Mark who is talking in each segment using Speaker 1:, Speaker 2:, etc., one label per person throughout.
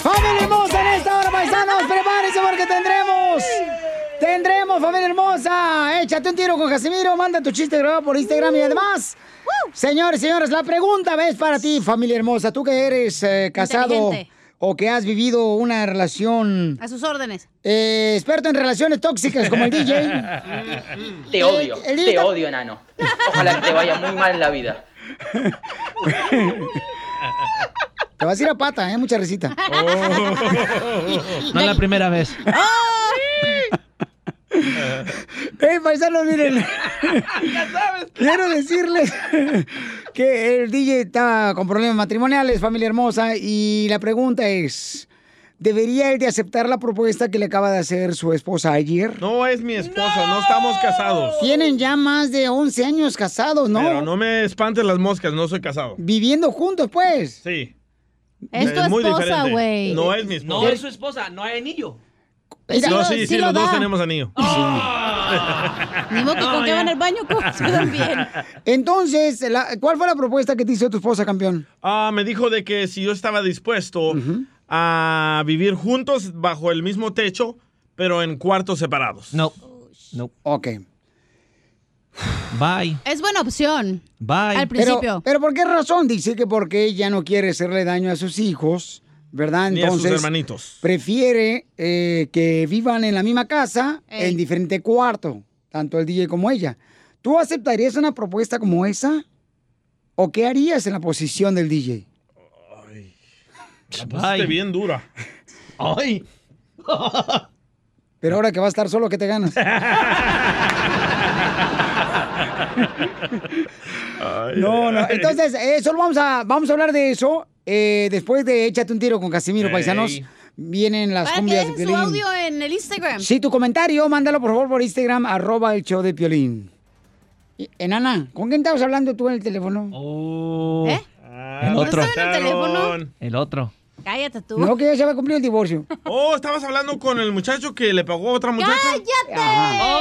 Speaker 1: ¡Familia hermosa! En esta hora, paisanos, prepárense porque tendremos. Tendremos, familia hermosa. Échate un tiro con Casimiro. Manda tu chiste grabado por Instagram y además. Señores, señores, la pregunta es para ti, familia hermosa. Tú que eres eh, casado
Speaker 2: Inteligente.
Speaker 1: o que has vivido una relación.
Speaker 2: A sus órdenes.
Speaker 1: eh, experto en relaciones tóxicas como el DJ.
Speaker 3: Te odio,
Speaker 1: El- el
Speaker 3: te
Speaker 1: líder-
Speaker 3: odio, enano. Ojalá que te vaya muy mal en la vida.
Speaker 1: Te vas a ir a pata, ¿eh? Mucha risita.
Speaker 4: No es la primera vez.
Speaker 1: ¡Ey, paisanos, miren! Quiero decirles que el DJ está con problemas matrimoniales, familia hermosa, y la pregunta es, ¿debería él de aceptar la propuesta que le acaba de hacer su esposa ayer?
Speaker 5: No es mi esposa, no, estamos casados.
Speaker 1: Tienen ya más de 11 años casados, ¿no?
Speaker 5: Pero no me espantes las moscas, no soy casado.
Speaker 1: Viviendo juntos, pues.
Speaker 5: Sí.
Speaker 2: Es tu
Speaker 5: muy
Speaker 2: esposa,
Speaker 5: diferente.
Speaker 2: güey.
Speaker 5: No es mi esposa.
Speaker 6: No es su esposa, no hay anillo.
Speaker 1: Mira,
Speaker 5: No, sí, sí, los dos
Speaker 2: da.
Speaker 5: tenemos anillo.
Speaker 2: Ni modo que con
Speaker 6: Ah. No,
Speaker 2: qué
Speaker 6: ya.
Speaker 2: van al baño, con eso también.
Speaker 1: Entonces, la- ¿cuál fue la propuesta que te hizo tu esposa, campeón?
Speaker 5: Ah, me dijo de que si yo estaba dispuesto a vivir juntos bajo el mismo techo, pero en cuartos separados.
Speaker 4: No. No.
Speaker 1: Ok.
Speaker 4: Bye.
Speaker 2: Es buena opción.
Speaker 4: Bye.
Speaker 2: Al
Speaker 1: Pero,
Speaker 2: principio.
Speaker 1: pero ¿por qué razón? Dice que porque ella no quiere hacerle daño a sus hijos, ¿verdad?
Speaker 5: Ni a sus
Speaker 1: Entonces,
Speaker 5: hermanitos.
Speaker 1: prefiere eh, que vivan en la misma casa,
Speaker 2: Ey.
Speaker 1: en diferente cuarto, tanto el DJ como ella. ¿Tú aceptarías una propuesta como esa? ¿O qué harías en la posición del DJ?
Speaker 5: La pusiste
Speaker 4: Ay.
Speaker 5: Pues, bien dura.
Speaker 4: Ay.
Speaker 1: Pero ahora que va a estar solo, ¿qué te ganas? No, no. Entonces, eh, solo vamos a, vamos a hablar de eso. eh, después de Échate un tiro con Casimiro
Speaker 5: Ey.
Speaker 1: Paisanos, vienen las
Speaker 2: Para que
Speaker 1: cumbias de
Speaker 2: dejen su
Speaker 1: Piolín.
Speaker 2: audio en el Instagram.
Speaker 1: Sí, tu comentario, mándalo por favor por Instagram, arroba el show de Piolín. Y- Enana, ¿con quién estabas hablando tú en el teléfono?
Speaker 4: Oh.
Speaker 2: ¿Eh?
Speaker 5: Ah,
Speaker 4: El
Speaker 5: la
Speaker 4: otro.
Speaker 2: ¿Estaba en el teléfono?
Speaker 5: echaron.
Speaker 4: El otro.
Speaker 2: Cállate tú.
Speaker 1: No, que ya se había cumplido el divorcio.
Speaker 5: Oh, estabas hablando con el muchacho que le pagó a otra muchacha. Oh,
Speaker 2: ¡Cállate!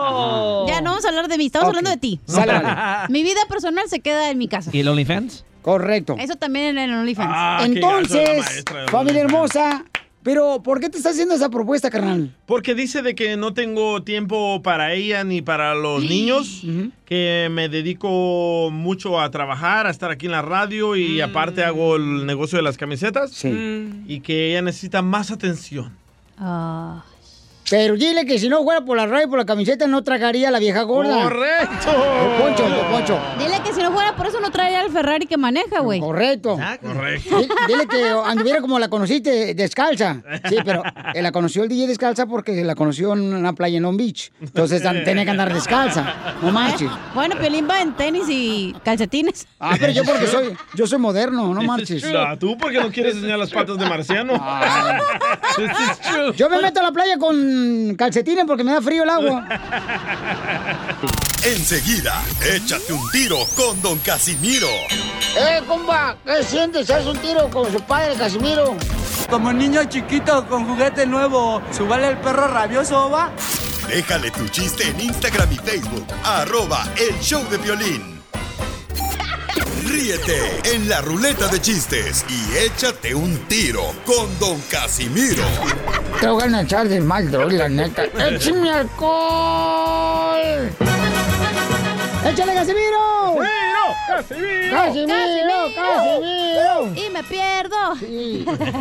Speaker 1: Ajá.
Speaker 2: Ya no vamos a hablar de mí, estamos
Speaker 1: Ok.
Speaker 2: hablando de ti.
Speaker 1: Sale, vale.
Speaker 2: Mi vida personal se queda en mi casa.
Speaker 4: ¿Y el OnlyFans?
Speaker 1: Correcto.
Speaker 2: Eso también en el OnlyFans.
Speaker 5: Ah, qué gacho la
Speaker 1: Entonces,
Speaker 5: maestra de
Speaker 1: familia
Speaker 5: Luna.
Speaker 1: hermosa, pero ¿por qué te está haciendo esa propuesta, carnal?
Speaker 5: Porque dice de que no tengo tiempo para ella ni para los niños, que me dedico mucho a trabajar, a estar aquí en la radio y
Speaker 2: Mm.
Speaker 5: aparte hago el negocio de las camisetas y que ella necesita más atención.
Speaker 2: Ah.
Speaker 1: Pero dile que si no fuera por la radio y por la camiseta, no tragaría a la vieja gorda. Oh,
Speaker 5: ¡Correcto!
Speaker 1: Poncho, Poncho.
Speaker 2: Dile que si no fuera por eso no traería el Ferrari que maneja, güey.
Speaker 1: Correcto.
Speaker 5: Correcto.
Speaker 1: Dile- Dile que anduviera como la conociste, descalza. Sí, pero eh, la conoció el DJ descalza porque la conoció en una playa en Long Beach. Entonces an- tenía que andar descalza. No marches.
Speaker 2: Eh, Bueno, Piolín va en tenis y calcetines.
Speaker 1: Ah, pero yo porque soy, yo soy moderno, no marches.
Speaker 5: No, Este tú porque no quieres enseñar las patas de marciano. Este
Speaker 1: Ay. Yo me meto a la playa con calcetines porque me da frío el agua.
Speaker 7: Enseguida, échate un tiro con Don Casimiro.
Speaker 1: Eh, compa, ¿qué sientes? ¿Haz un tiro con su padre, Casimiro?
Speaker 8: Como niño chiquito con juguete nuevo, ¿subale el perro rabioso va?
Speaker 7: Déjale tu chiste en Instagram y Facebook. Arroba el show de violín. Ríete en la ruleta de chistes y échate un tiro con Don Casimiro.
Speaker 1: Te voy a echar de mal, doy, la neta. ¡Échame alcohol! ¡Échale, Casimiro!
Speaker 5: ¡Pero! Casimiro!
Speaker 2: Y me pierdo.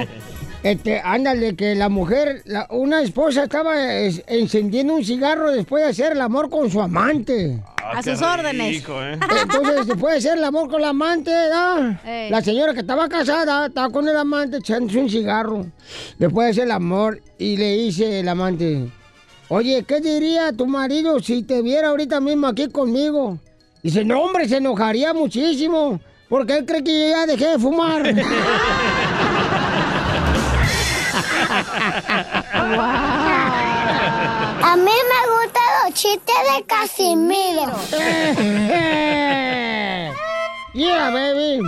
Speaker 1: Este, ándale, que la mujer, la- una esposa estaba es- encendiendo un cigarro después de hacer el amor con su amante.
Speaker 2: A sus órdenes.
Speaker 1: Entonces, después de hacer el amor con la amante, ¿verdad?
Speaker 2: Ey.
Speaker 1: la señora que estaba casada estaba con el amante echándose un cigarro. Después de hacer el amor, y le dice el amante: Oye, ¿qué diría tu marido si te viera ahorita mismo aquí conmigo? Dice: No, hombre, se enojaría muchísimo. Porque él cree que yo ya dejé de fumar.
Speaker 9: A mí me gustan los chistes de Casimiro.
Speaker 1: Yeah, baby.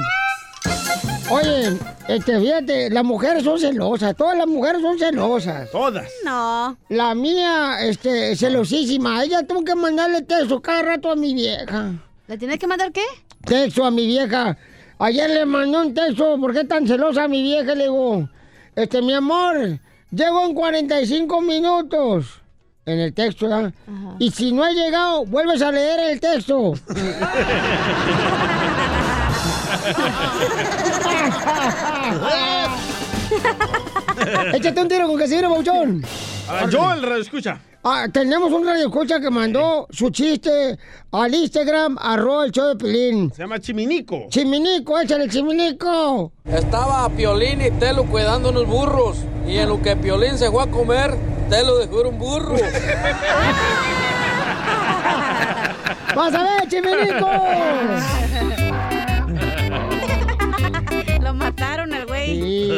Speaker 1: Oye, este, fíjate, las mujeres son celosas, todas las mujeres son celosas.
Speaker 5: Todas.
Speaker 2: No.
Speaker 1: La mía, este, celosísima. Ella tuvo que mandarle texto cada rato a mi vieja.
Speaker 2: ¿Le tienes que mandar qué?
Speaker 1: Texto a mi vieja. Ayer le mandó un texto, ¿por qué tan celosa a mi vieja? Le digo, este, mi amor, llego en 45 minutos. En el texto, ¿verdad? Y si no he llegado, vuelves a leer el texto. Échate un tiro con Casimiro, Bauchón.
Speaker 5: Ah, yo el radio escucha.
Speaker 1: Ah, tenemos un radio escucha que mandó su chiste al Instagram, arroba el show de Pelín.
Speaker 5: Se llama Chiminico.
Speaker 1: Chiminico, échale Chiminico.
Speaker 10: Estaba Piolín y Telo cuidando unos burros. Y en lo que Piolín se fue a comer, Telo dejó ir un burro.
Speaker 1: ¡Vas a ver, Chiminico!
Speaker 2: Lo mataron al güey.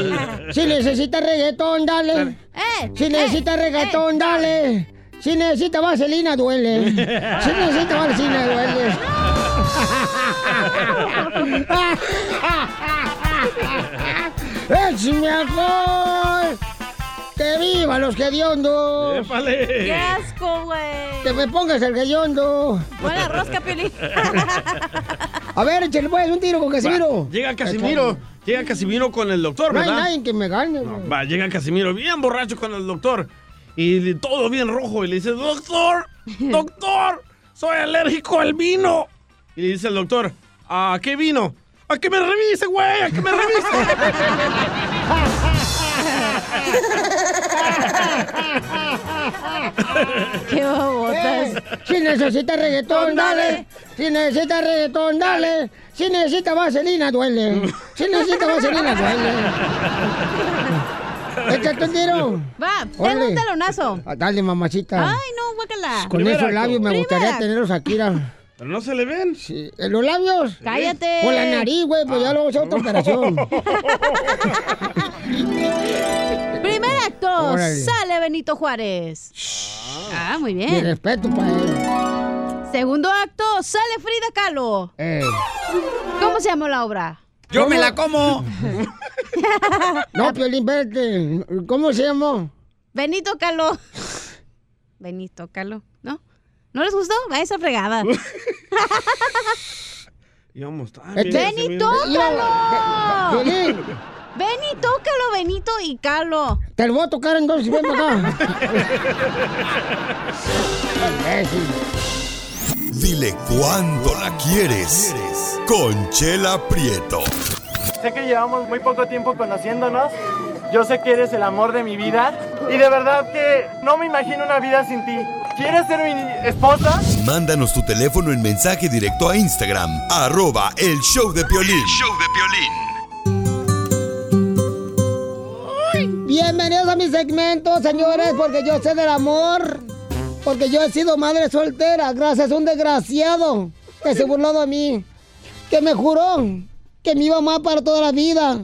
Speaker 1: Si necesita reggaetón, dale.
Speaker 2: Eh,
Speaker 1: Si necesita reggaetón, dale. Si necesita vaselina, duele. Si necesita vaselina, duele. Ah, ¡Es mejor! ¡Que viva los hediondos!
Speaker 2: ¡Qué asco, güey!
Speaker 1: ¡Que me pongas el hediondo!
Speaker 2: Huele a rosca, Piolín.
Speaker 1: A ver, échale pues un tiro con Casimiro.
Speaker 5: Va, Llega Casimiro. Llega Casimiro con el doctor,
Speaker 1: No hay
Speaker 5: ¿verdad?
Speaker 1: nadie que me gane. güey.
Speaker 5: Va, llega Casimiro bien borracho con el doctor. Y de- todo bien rojo. Y le dice, doctor, doctor, soy alérgico al vino. Y le dice el doctor, ¿a qué vino? A que me revise, güey, a que me
Speaker 2: ¡Qué bobotas!
Speaker 1: Eh, Si necesita reggaetón, dale. Si necesita reggaetón, dale. Si necesita vaselina, duele. Si necesita vaselina, duele. Échate un tiro.
Speaker 2: Va,
Speaker 1: Órale.
Speaker 2: tengo un talonazo.
Speaker 1: Ah, Dale, mamacita.
Speaker 2: Ay, no, guácala.
Speaker 1: Con esos labios me gustaría
Speaker 2: Primera.
Speaker 1: tenerlos aquí. mira.
Speaker 5: Pero no se le ven.
Speaker 1: Sí, eh, ¿Los labios?
Speaker 2: Cállate.
Speaker 1: Con la nariz, güey, pues ya luego es
Speaker 5: Ah.
Speaker 1: otra operación.
Speaker 2: Primer acto.
Speaker 1: Órale.
Speaker 2: Sale Benito Juárez. Ah, muy
Speaker 1: Mi
Speaker 2: bien.
Speaker 1: respeto para él.
Speaker 2: Segundo acto. Sale Frida Kahlo.
Speaker 1: Eh,
Speaker 2: ¿Cómo se llamó la obra?
Speaker 10: Yo me la como.
Speaker 1: No, Piolín, verte. ¿Cómo se llamó?
Speaker 2: Benito Kahlo. Benito Kahlo, ¿no? ¿No les gustó? Va esa fregada.
Speaker 5: Y vamos, ah,
Speaker 1: Este-
Speaker 5: mira,
Speaker 2: Ven y
Speaker 5: Casimiro.
Speaker 2: tócalo.
Speaker 1: Piolín,
Speaker 2: Ven y tócalo, Benito y Kahlo.
Speaker 1: te lo voy a tocar entonces, ven para acá. Imbécil.
Speaker 7: Dile cuánto la quieres. Conchela Prieto.
Speaker 8: Sé que llevamos muy poco tiempo conociéndonos. Yo sé que eres el amor de mi vida. Y de verdad que no me imagino una vida sin ti. ¿Quieres ser mi esposa?
Speaker 7: Mándanos tu teléfono en mensaje directo a Instagram, arroba el show de Piolín.
Speaker 1: Bienvenidos a mi segmento, señores, porque yo sé del amor. Porque yo he sido madre soltera, gracias a un desgraciado que se burló de mí. Que me juró que me iba a amar para toda la vida.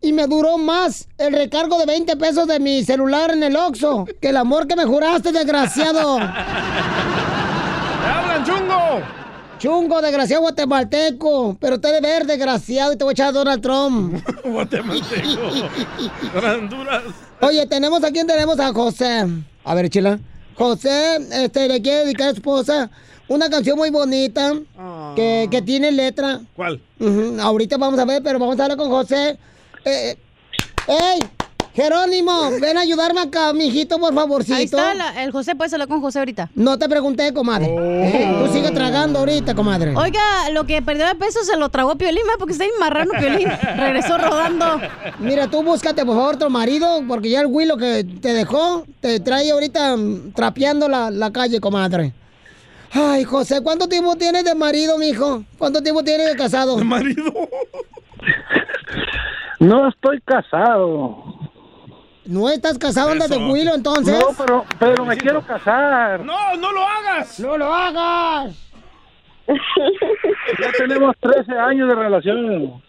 Speaker 1: Y me duró más el recargo de 20 pesos de mi celular en el Oxxo que el amor que me juraste, desgraciado.
Speaker 5: ¡Te hablan, chungo!
Speaker 1: Chungo, desgraciado guatemalteco. Pero te eres verde, desgraciado, y te voy a echar a Donald Trump.
Speaker 5: Guatemalteco. Para Honduras.
Speaker 1: Oye, tenemos a quién tenemos a José. A ver, chila. José, este, le quiere dedicar a su esposa una canción muy bonita que, que tiene letra.
Speaker 5: ¿Cuál?
Speaker 1: Ujú, Ahorita vamos a ver, pero vamos a hablar con José. Eh, eh, ¡Ey! Jerónimo, ven a ayudarme acá, mijito, por favorcito.
Speaker 2: Ahí está la- el José, puedes hablar con José ahorita.
Speaker 1: No te pregunté, comadre. Tú sigue tragando ahorita, comadre.
Speaker 2: Oiga, lo que perdió de peso se lo tragó Piolín, ¿verdad? porque está ahí marrano Piolín. Regresó rodando.
Speaker 1: Mira, tú búscate, por favor, tu marido, porque ya el güilo que te dejó te trae ahorita mm, trapeando la, la calle, comadre. Ay, José, ¿cuánto tiempo tienes de marido, mijo? ¿Cuánto tiempo tienes de casado? ¿De
Speaker 5: marido?
Speaker 11: No estoy casado.
Speaker 1: ¿No estás casado? ¿Andas de güilo, entonces?
Speaker 11: No, pero, pero me quiero casar.
Speaker 5: ¡No, no lo hagas!
Speaker 1: ¡No lo hagas!
Speaker 11: Ya tenemos 13 años de relación.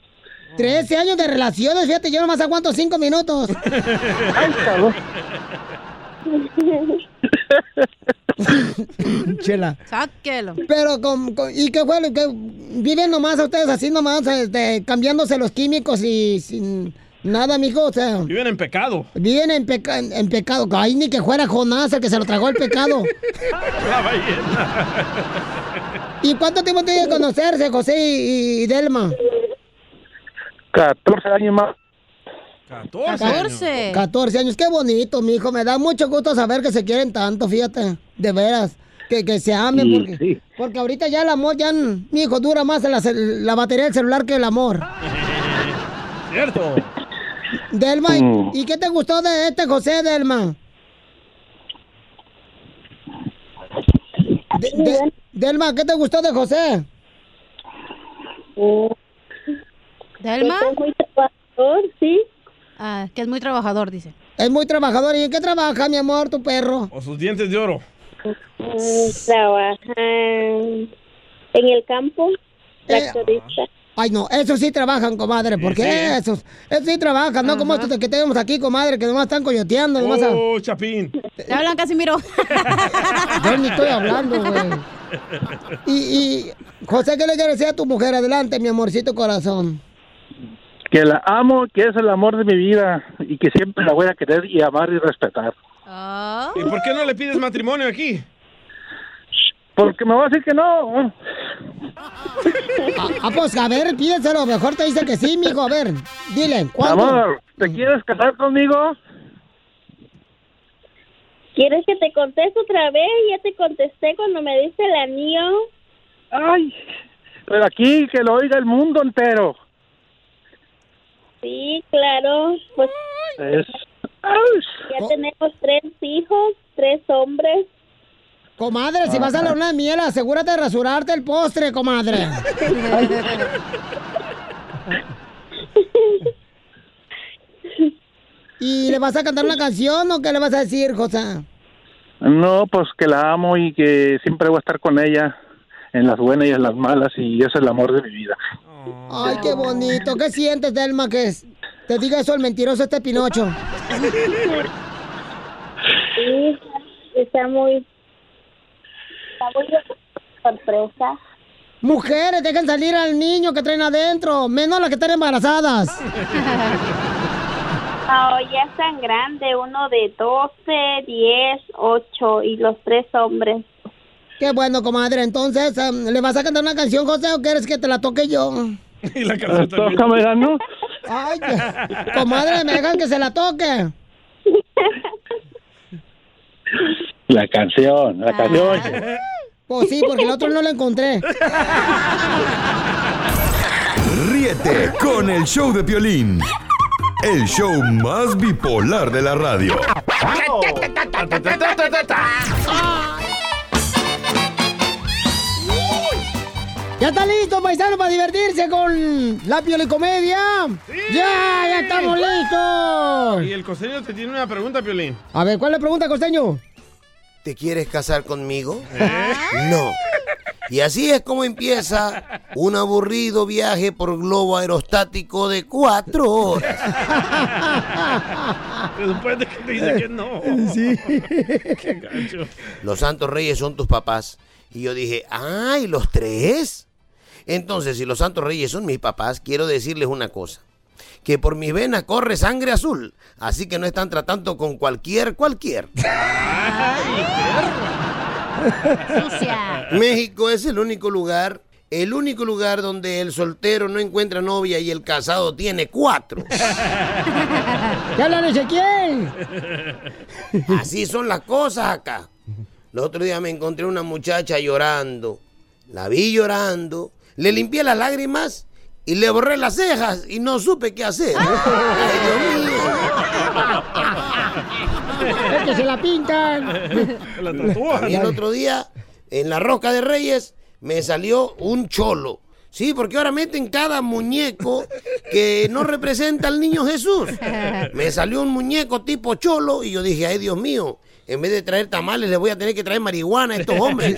Speaker 1: 13 años de relaciones, fíjate, yo nomás aguanto 5 minutos.
Speaker 11: Ay, cabrón.
Speaker 1: Chela.
Speaker 2: Sáquelo.
Speaker 1: Pero, con, con- ¿y qué fue? lo que ¿Viven nomás ustedes así nomás, este, cambiándose los químicos y sin nada, mijo? O sea,
Speaker 5: Viven en pecado.
Speaker 1: viven en, peca- en- en pecado. Ay, ni que fuera Jonás el que se lo tragó el pecado.
Speaker 5: La ballena.
Speaker 1: ¿Y cuánto tiempo tiene de conocerse, José y, y Delma?
Speaker 11: 14 años más.
Speaker 5: 14.
Speaker 1: 14. 14 años, qué bonito, mijo. Me da mucho gusto saber que se quieren tanto, fíjate. De veras. Que, que se amen.
Speaker 11: Sí,
Speaker 1: porque, porque ahorita ya el amor, ya, n- mijo, dura más la, cel- la batería del celular que el amor.
Speaker 5: Cierto.
Speaker 1: Delma, ¿y-
Speaker 11: Mm.
Speaker 1: ¿y qué te gustó de este José, Delma? De- de- Delma, ¿qué te gustó de José?
Speaker 2: ¿Delma?
Speaker 1: es muy trabajador, sí.
Speaker 2: Ah, que es muy trabajador, dice.
Speaker 1: Es muy trabajador. ¿Y en qué trabaja, mi amor, tu perro?
Speaker 5: O sus dientes de oro.
Speaker 1: Trabaja en el campo, tractorista. Eh, Ay, no, esos sí trabajan, comadre, porque
Speaker 5: sí.
Speaker 1: esos, esos sí trabajan, no como estos que tenemos aquí, comadre, que nomás están coyoteando, nomás a-
Speaker 5: ¡Oh, Chapín!
Speaker 2: Te hablan casi miro.
Speaker 1: Yo ni estoy hablando, güey. Y, y, José, ¿qué le quieres decir a tu mujer? Adelante, mi amorcito corazón.
Speaker 11: Que la amo, que es el amor de mi vida y que siempre la voy a querer y amar y respetar.
Speaker 5: ¿Y por qué no le pides matrimonio aquí?
Speaker 11: Porque me va a decir que no.
Speaker 1: Ah, ah, pues, a ver, pídeselo, mejor te dice que sí, mijo, a ver, dile, ¿cuánto?
Speaker 11: Amor, ¿te quieres casar conmigo?
Speaker 12: ¿Quieres que te conteste otra vez? Ya te contesté cuando me diste el anillo.
Speaker 11: Ay. Pero aquí, que lo oiga el mundo entero.
Speaker 12: Sí, claro. Pues
Speaker 11: Es,
Speaker 12: ya tenemos tres hijos, tres hombres.
Speaker 1: Comadre, si
Speaker 12: Ah.
Speaker 1: vas a la luna de miel, asegúrate de rasurarte el postre, comadre. ¿Y le vas a cantar una canción o qué le vas a decir, José?
Speaker 11: no, pues que la amo y que siempre voy a estar con ella en las buenas y en las malas y es el amor de mi vida.
Speaker 1: Ay, qué bonito. ¿Qué sientes, Delma, que es? Te diga eso el mentiroso este Pinocho.
Speaker 12: Sí, está muy... Está muy sorpresa.
Speaker 1: Mujeres, dejen salir al niño que traen adentro, menos las que están embarazadas.
Speaker 12: No, Oh, ya están grandes, uno de 12, 10, 8 y los tres hombres.
Speaker 1: Qué bueno, comadre. Entonces, em, ¿le vas a cantar una canción, José, o quieres que te la toque yo?
Speaker 5: Y la
Speaker 11: Ah, tócame, ¿no?
Speaker 1: Ay, comadre, me dejan que se la toque.
Speaker 11: La canción, la canción.
Speaker 1: Pues sí, porque el otro no lo encontré.
Speaker 13: Ríete con el show de Piolín. El show más bipolar de la radio.
Speaker 1: ¿Ya está listo, paisano, para divertirse con la piolicomedia? ¡Ya, ya estamos listos!
Speaker 5: Y el costeño te tiene una pregunta, Piolín.
Speaker 1: A ver, ¿cuál es la pregunta, Costeño?
Speaker 14: ¿Te quieres casar conmigo?
Speaker 5: ¿Eh?
Speaker 14: Ah. No. Y así es como empieza un aburrido viaje por globo aerostático de cuatro horas.
Speaker 5: Después de que te dice que no.
Speaker 1: Sí.
Speaker 5: Qué gacho.
Speaker 14: Los santos reyes son tus papás. Y yo dije, ¡ay, los tres! Entonces, si los santos reyes son mis papás, quiero decirles una cosa. Que por mis venas corre sangre azul. Así que no están tratando con cualquier cualquier. México es el único lugar El único lugar donde el soltero no encuentra novia y el casado tiene cuatro.
Speaker 1: ¿Qué hablan, Ezequiel?
Speaker 14: Así son las cosas acá. El otro día me encontré una muchacha llorando. La vi llorando. Le limpié las lágrimas y le borré las cejas y no supe qué hacer. Ay, Dios mío.
Speaker 1: Es que se la pintan.
Speaker 14: A mí el otro día, en la Roca de Reyes, me salió un cholo. Sí, porque ahora meten cada muñeco que no representa al niño Jesús. Me salió un muñeco tipo cholo y yo dije, ay Dios mío, en vez de traer tamales, les voy a tener que traer marihuana a estos hombres.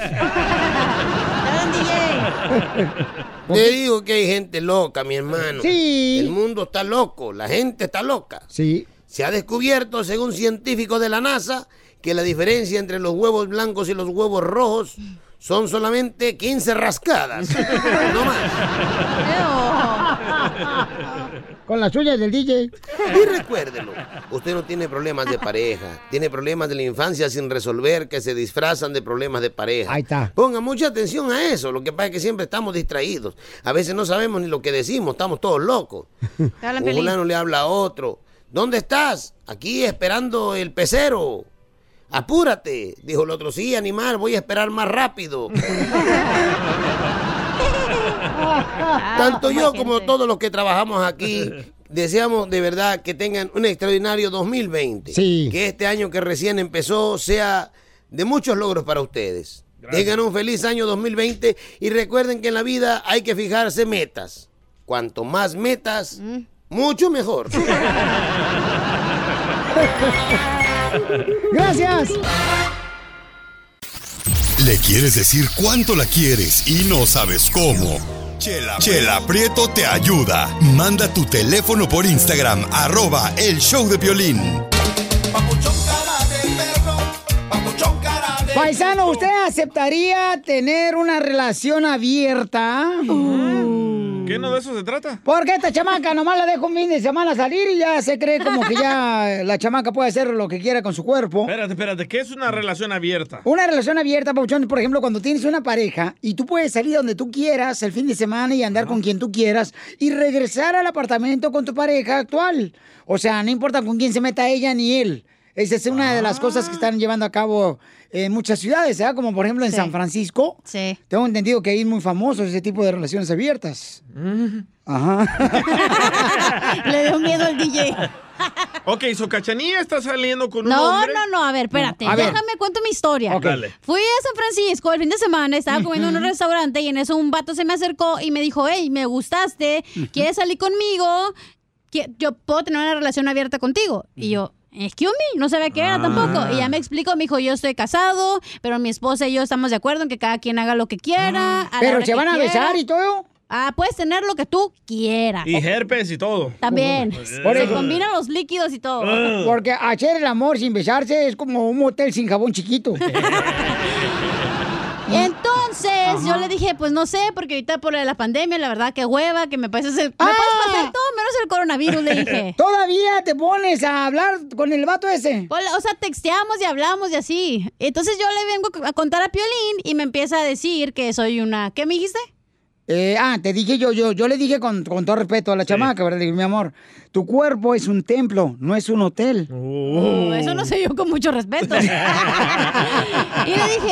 Speaker 14: Te digo que hay gente loca, mi hermano.
Speaker 1: Sí.
Speaker 14: El mundo está loco, la gente está loca.
Speaker 1: Sí.
Speaker 14: Se ha descubierto, según científicos de la NASA, que la diferencia entre los huevos blancos y los huevos rojos son solamente 15 rascadas. No más.
Speaker 1: Con las suyas del DJ.
Speaker 14: Y recuérdelo, usted no tiene problemas de pareja, tiene problemas de la infancia sin resolver que se disfrazan de problemas de pareja.
Speaker 1: Ahí está.
Speaker 14: Ponga mucha atención a eso, lo que pasa es que siempre estamos distraídos. A veces no sabemos ni lo que decimos, estamos todos locos.
Speaker 2: Hablan,
Speaker 14: Un
Speaker 2: Piolín.
Speaker 14: fulano le habla a otro. ¿Dónde estás? Aquí esperando el pecero. Apúrate, dijo el otro. Sí, animal, voy a esperar más rápido. Tanto yo como todos los que trabajamos aquí deseamos de verdad que tengan un extraordinario 2020. Que este año que recién empezó sea de muchos logros para ustedes. Tengan un feliz año 2020 y recuerden que en la vida hay que fijarse metas. Cuanto más metas, mucho mejor.
Speaker 1: Gracias.
Speaker 7: ¿Le quieres decir cuánto la quieres y no sabes cómo? Chela, Chela Prieto te ayuda. Manda tu teléfono por Instagram, arroba el show de violín.
Speaker 1: Paisano, ¿usted aceptaría tener una relación abierta?
Speaker 5: ¿Qué no de eso se trata?
Speaker 1: Porque esta chamaca nomás la dejo un fin de semana salir y ya se cree como que ya la chamaca puede hacer lo que quiera con su cuerpo.
Speaker 5: Espérate, espérate, ¿qué es una relación abierta?
Speaker 1: Una relación abierta, Pauchón, por ejemplo, cuando tienes una pareja y tú puedes salir donde tú quieras el fin de semana y andar con quien tú quieras y regresar al apartamento con tu pareja actual. O sea, no importa con quién se meta ella ni él. Esa es una de las cosas que están llevando a cabo en muchas ciudades, ¿verdad? Como por ejemplo en San Francisco. Sí. Tengo entendido que ahí es muy famoso ese tipo de relaciones abiertas. Ajá.
Speaker 5: Le dio miedo al DJ. ok, so Cachanilla está saliendo con un
Speaker 2: No,
Speaker 5: hombre.
Speaker 2: no, no, a ver, espérate.
Speaker 5: A ver.
Speaker 2: Déjame cuento mi historia.
Speaker 5: Ok. Dale.
Speaker 2: Fui a San Francisco el fin de semana, estaba comiendo en un restaurante y en eso un vato se me acercó y me dijo, hey, me gustaste, ¿quieres salir conmigo? ¿Qui- Yo puedo tener una relación abierta contigo. Y yo... Excuse me, no sabía qué era
Speaker 1: Ah.
Speaker 2: tampoco. Y ya me explicó, me dijo, yo estoy casado, pero mi esposa y yo estamos de acuerdo en que cada quien haga lo que quiera. a la
Speaker 1: Ah. Pero
Speaker 2: hora
Speaker 1: se
Speaker 2: que
Speaker 1: van a
Speaker 2: quiera".
Speaker 1: besar y todo.
Speaker 2: Ah, puedes tener lo que tú quieras.
Speaker 5: Y herpes y todo.
Speaker 2: También.
Speaker 1: Pues, Por
Speaker 2: Se
Speaker 1: eso.
Speaker 2: combinan los líquidos y todo.
Speaker 1: Porque hacer el amor sin besarse es como un motel sin jabón chiquito.
Speaker 2: Entonces, yo le dije, pues no sé, porque ahorita por lo de la pandemia, la verdad, que hueva, que me pases el... Me puedes pasar todo menos el coronavirus, le dije.
Speaker 1: Ah. Todavía te pones a hablar con el vato ese.
Speaker 2: Hola, O sea, texteamos y hablamos y así. Entonces yo le vengo a contar a Piolín y me empieza a decir que soy una... ¿Qué me dijiste?
Speaker 1: Eh, ah, te dije yo, yo, yo le dije con, con todo respeto a la chamaca, ¿verdad? Le dije, mi amor, tu cuerpo es un templo, no es un hotel.
Speaker 2: Oh, eso lo sé yo con mucho respeto. Y le dije,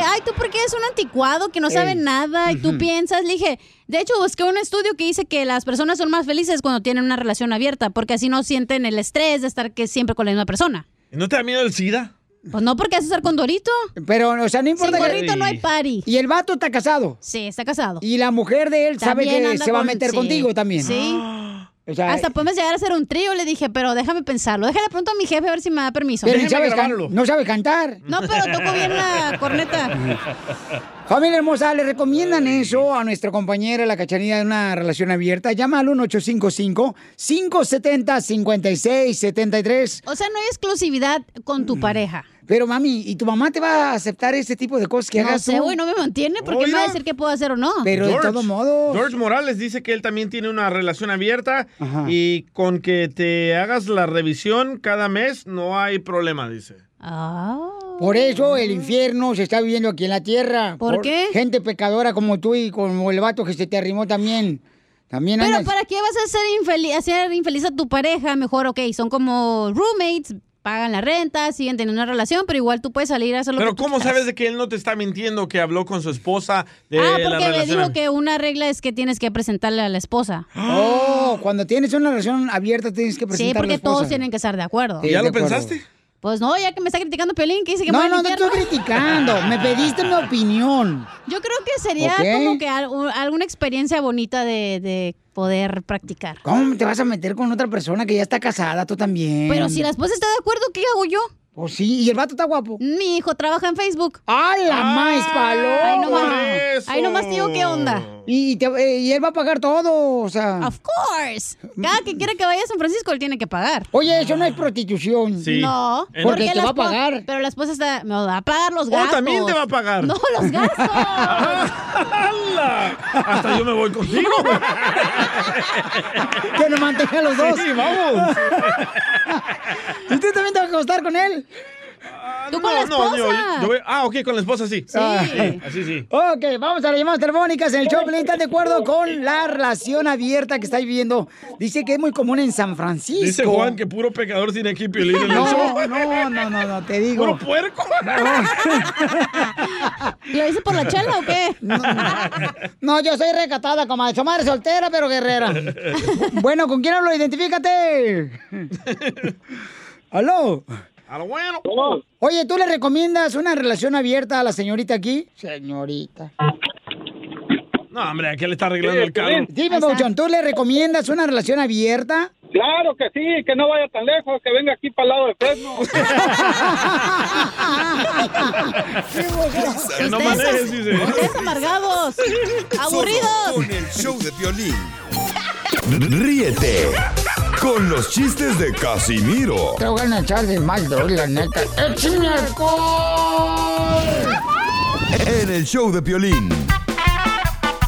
Speaker 2: ay, ¿tú por qué eres un anticuado que no sabe nada? Y tú piensas, le dije, de hecho, busqué un estudio que dice que las personas son más felices cuando tienen una relación abierta, porque así no sienten el estrés de estar que siempre con la misma persona.
Speaker 5: ¿Y ¿No te da miedo el SIDA?
Speaker 2: Pues no, porque haces estar con Dorito.
Speaker 1: Pero, o sea, no importa
Speaker 2: Sin
Speaker 1: que-
Speaker 2: gorrito no hay party.
Speaker 1: Y el vato está casado.
Speaker 2: Sí, está casado.
Speaker 1: Y la mujer de él sabe
Speaker 2: También
Speaker 1: que
Speaker 2: anda
Speaker 1: se va a
Speaker 2: con-
Speaker 1: meter
Speaker 2: sí,
Speaker 1: contigo también.
Speaker 2: Sí.
Speaker 1: O sea, eh,
Speaker 2: Hasta podemos llegar a hacer un trío, le dije, pero déjame pensarlo. Déjale pronto a mi jefe a ver si me da permiso.
Speaker 1: pero ni sabes can- no sabe cantar.
Speaker 2: No, pero toco bien la corneta.
Speaker 1: Familia hermosa, le recomiendan eso a nuestra compañera, la cachanilla de una relación abierta. Llama al 1855-570-5673.
Speaker 2: O sea, no hay exclusividad con tu pareja.
Speaker 1: Mm. Pero mami, ¿y tu mamá te va a aceptar este tipo de cosas que
Speaker 2: pues, no
Speaker 1: hagas
Speaker 2: sé,
Speaker 1: tú?
Speaker 2: güey, no me mantiene porque me va a decir qué puedo hacer o no.
Speaker 1: Pero de todos modos.
Speaker 5: George Morales dice que él también tiene una relación abierta y con
Speaker 2: Ah.
Speaker 5: que te hagas la revisión cada mes no hay problema, dice.
Speaker 1: Por eso el infierno se está viviendo aquí en la tierra.
Speaker 2: ¿Por qué?
Speaker 1: Gente pecadora como tú y como el vato que se te arrimó también. También
Speaker 2: Pero
Speaker 1: andas-
Speaker 2: ¿para qué vas a hacer infeliz, hacer infeliz a tu pareja? Mejor, ok, son como roommates, pagan la renta, siguen teniendo una relación, pero igual tú puedes salir a hacer lo
Speaker 5: Pero
Speaker 2: que tú
Speaker 5: ¿cómo
Speaker 2: quieras.
Speaker 5: sabes de que él no te está mintiendo, que habló con su esposa de
Speaker 2: Ah,
Speaker 5: la
Speaker 2: porque me
Speaker 5: relación?
Speaker 2: dijo que una regla es que tienes que presentarle a la esposa.
Speaker 1: Oh, cuando tienes una relación abierta tienes que
Speaker 2: Sí,
Speaker 1: presentar a la
Speaker 2: porque
Speaker 1: esposa.
Speaker 2: todos tienen que estar de acuerdo.
Speaker 1: Sí, ¿Ya lo de acuerdo. pensaste?
Speaker 2: Pues no, ya que me está criticando Pelín, que dice que me
Speaker 1: No,
Speaker 2: va al
Speaker 1: no, no
Speaker 2: infierno.
Speaker 1: estoy criticando.
Speaker 2: Ah.
Speaker 1: Me pediste mi opinión.
Speaker 2: Yo creo que sería
Speaker 1: Ok.
Speaker 2: como que al- u- alguna experiencia bonita de, de poder practicar.
Speaker 1: ¿Cómo te vas a meter con otra persona que ya está casada, tú también?
Speaker 2: Pero si la esposa está de acuerdo, ¿qué hago yo?
Speaker 1: Pues sí, y el vato está guapo.
Speaker 2: Mi hijo trabaja en Facebook.
Speaker 1: ¡Ah, la más paloma!
Speaker 2: Ahí nomás, ahí nomás te digo qué onda.
Speaker 1: Y, te- eh, y él va a pagar todo, o sea.
Speaker 2: Of course. Cada que quiera que vaya a San Francisco, él tiene que pagar.
Speaker 1: Oye, eso no es prostitución.
Speaker 2: No,
Speaker 1: Porque te
Speaker 2: la
Speaker 1: va a
Speaker 2: esposa-
Speaker 1: pagar.
Speaker 2: Pero la esposa está, me va a pagar los
Speaker 5: Oh,
Speaker 2: gastos.
Speaker 5: también te va a pagar.
Speaker 2: No, los gastos.
Speaker 5: ¡Hala! Hasta yo me voy contigo.
Speaker 1: Que nos mantenga los dos.
Speaker 5: Sí, vamos.
Speaker 1: ¿Y usted también te va a acostar con él?
Speaker 2: Tú
Speaker 5: Ah, No, no, yo, yo voy- ah, ok, con la esposa sí.
Speaker 1: Ah.
Speaker 5: así sí.
Speaker 1: Ok, vamos a las llamadas telefónicas. En el show, Pelín, ¿están de acuerdo con la relación abierta que está viviendo? Dice que es muy común en San Francisco.
Speaker 5: Dice Juan que puro pecador tiene aquí piolín en el show.
Speaker 1: No, no, no, no, no, te digo.
Speaker 5: Puro puerco.
Speaker 2: ¿Lo dice por la chela o qué?
Speaker 1: No, no, yo soy recatada, comadre. Soy madre soltera, pero guerrera. Bueno, ¿con quién hablo? Identifícate. ¿Aló?
Speaker 5: A lo bueno.
Speaker 1: Oye, ¿tú le recomiendas una relación abierta a la señorita aquí? Señorita.
Speaker 5: No, hombre, aquí le está arreglando el carro.
Speaker 1: Dime, Bouchon, ¿tú le recomiendas una relación abierta?
Speaker 13: Claro que sí, que no vaya tan lejos, que venga aquí para el lado de Fresno.
Speaker 7: Que no manejes, dice.
Speaker 2: Ustedes amargados,
Speaker 7: Solo
Speaker 2: aburridos.
Speaker 7: Con el show de violín. Ríete con los chistes de Casimiro
Speaker 1: Te voy a echar de mal, la neta. ¡Échame
Speaker 7: en el show de violín.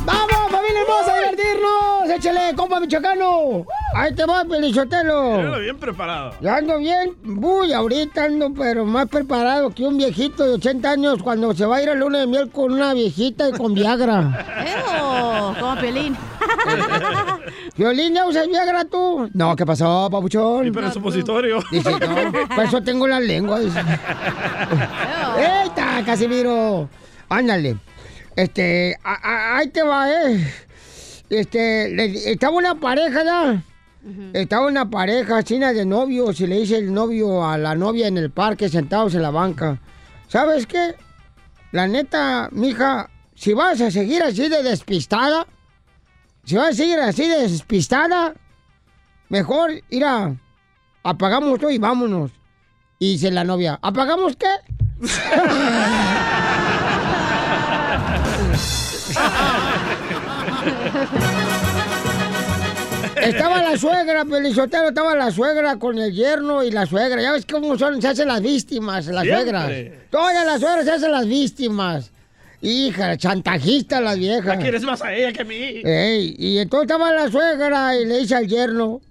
Speaker 1: ¡Vamos, familia hermosa, a divertirnos! ¡Échale, compa michoacano! Ahí te va,
Speaker 5: Míralo
Speaker 1: Pelichotelo.
Speaker 5: bien preparado.
Speaker 1: Ya ando bien, uy, ahorita ando pero más preparado que un viejito de 80 años cuando se va a ir a luna de miel con una viejita y con Viagra.
Speaker 2: Ew, como Pelín.
Speaker 1: Violín, ¿ya usas Viagra tú? No, ¿qué pasó, papuchón?
Speaker 5: Pero es supositorio.
Speaker 1: Dice, no, por eso tengo la lengua. dice. ¡Eita, Casimiro! Ándale. Este, a- a- ahí te va, ¿eh? Este, le- estaba una pareja, ¿ya? Estaba una pareja china de novios y le dice el novio a la novia en el parque sentados en la banca. ¿Sabes qué? La neta, mija, si vas a seguir así de despistada, si vas a seguir así de despistada, mejor ir a... Apagamos todo y vámonos. Y dice la novia, ¿apagamos qué? estaba la suegra, Pelizotero, estaba la suegra con el yerno y la suegra. Ya ves cómo son, se hacen las víctimas, las
Speaker 14: Siempre.
Speaker 1: suegras. Todas las suegras se hacen las víctimas. Hija, chantajista las viejas.
Speaker 5: La quieres más a ella que a mí.
Speaker 1: Ey, y entonces estaba la suegra y le dice al yerno,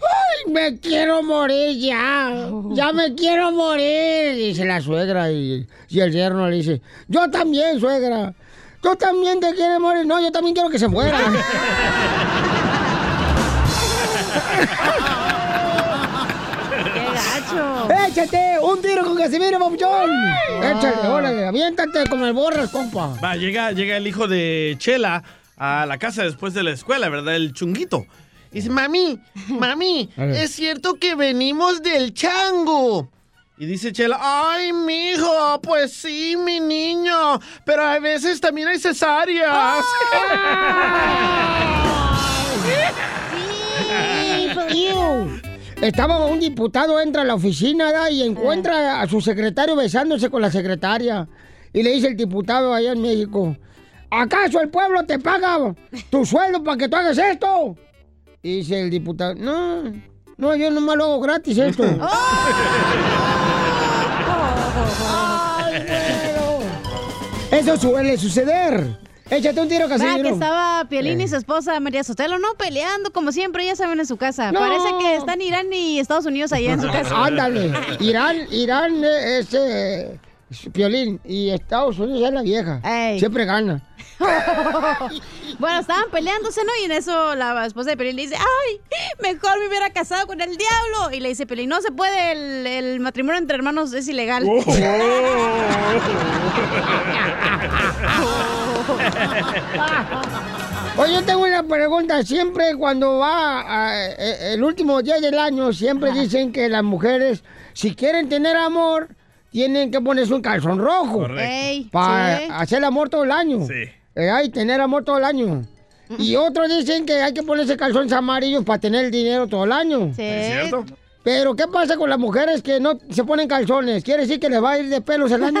Speaker 1: ¡ay, me quiero morir ya! ¡Ya me quiero morir! Dice la suegra y, y el yerno le dice, yo también, suegra. ¿Tú también te quieres morir? No, yo también quiero que se muera.
Speaker 2: ¡Qué gacho!
Speaker 1: ¡Échate un tiro con Casimiro, papuchón! ¡Échale, órale! ¡Aviéntate como el borras, compa!
Speaker 5: Va, llega, llega el hijo de Chela a la casa después de la escuela, ¿verdad? El chunguito. Y dice, mami, mami,
Speaker 14: A ver.
Speaker 5: es cierto que venimos del chango. Y dice Chela, ay, mijo, pues sí, mi niño, pero a veces también hay cesáreas.
Speaker 1: Iu. Estaba un diputado, entra a la oficina ¿da? y
Speaker 2: Eh.
Speaker 1: encuentra a su secretario besándose con la secretaria. Y le dice el diputado allá en México, ¿acaso el pueblo te paga tu sueldo para que tú hagas esto? Y dice el diputado, no, no, yo nomás lo hago gratis esto.
Speaker 2: Oh.
Speaker 1: Eso suele suceder. Échate un tiro,
Speaker 2: Va,
Speaker 1: Casimiro.
Speaker 2: que estaba Pielín
Speaker 1: Eh.
Speaker 2: y su esposa María Sotelo, no peleando, como siempre, ya saben, en su casa.
Speaker 1: No.
Speaker 2: Parece que están Irán y Estados Unidos ahí en su casa.
Speaker 1: Ándale. Irán, Irán, eh, ese. Piolín, y Estados Unidos es la vieja. Siempre gana.
Speaker 2: bueno, estaban peleándose, ¿no? Y en eso la esposa de Pelín le dice, ay, mejor me hubiera casado con el diablo. Y le dice Pelín, no se puede, el, el matrimonio entre hermanos es ilegal.
Speaker 1: Oye, Pues yo tengo una pregunta. Siempre cuando va a- eh, el último día del año, siempre dicen que las mujeres, si quieren tener amor, tienen que ponerse un calzón rojo.
Speaker 9: Correcto. Ey,
Speaker 1: para
Speaker 9: sí.
Speaker 1: hacer amor todo el año. Sí. y tener amor todo el año. Y otros dicen que hay que ponerse calzones amarillos para tener el dinero todo el año. Sí.
Speaker 2: ¿Es cierto?
Speaker 1: Pero, ¿qué pasa con las mujeres que no se ponen calzones? ¿Quiere decir que les va a ir de pelos el año?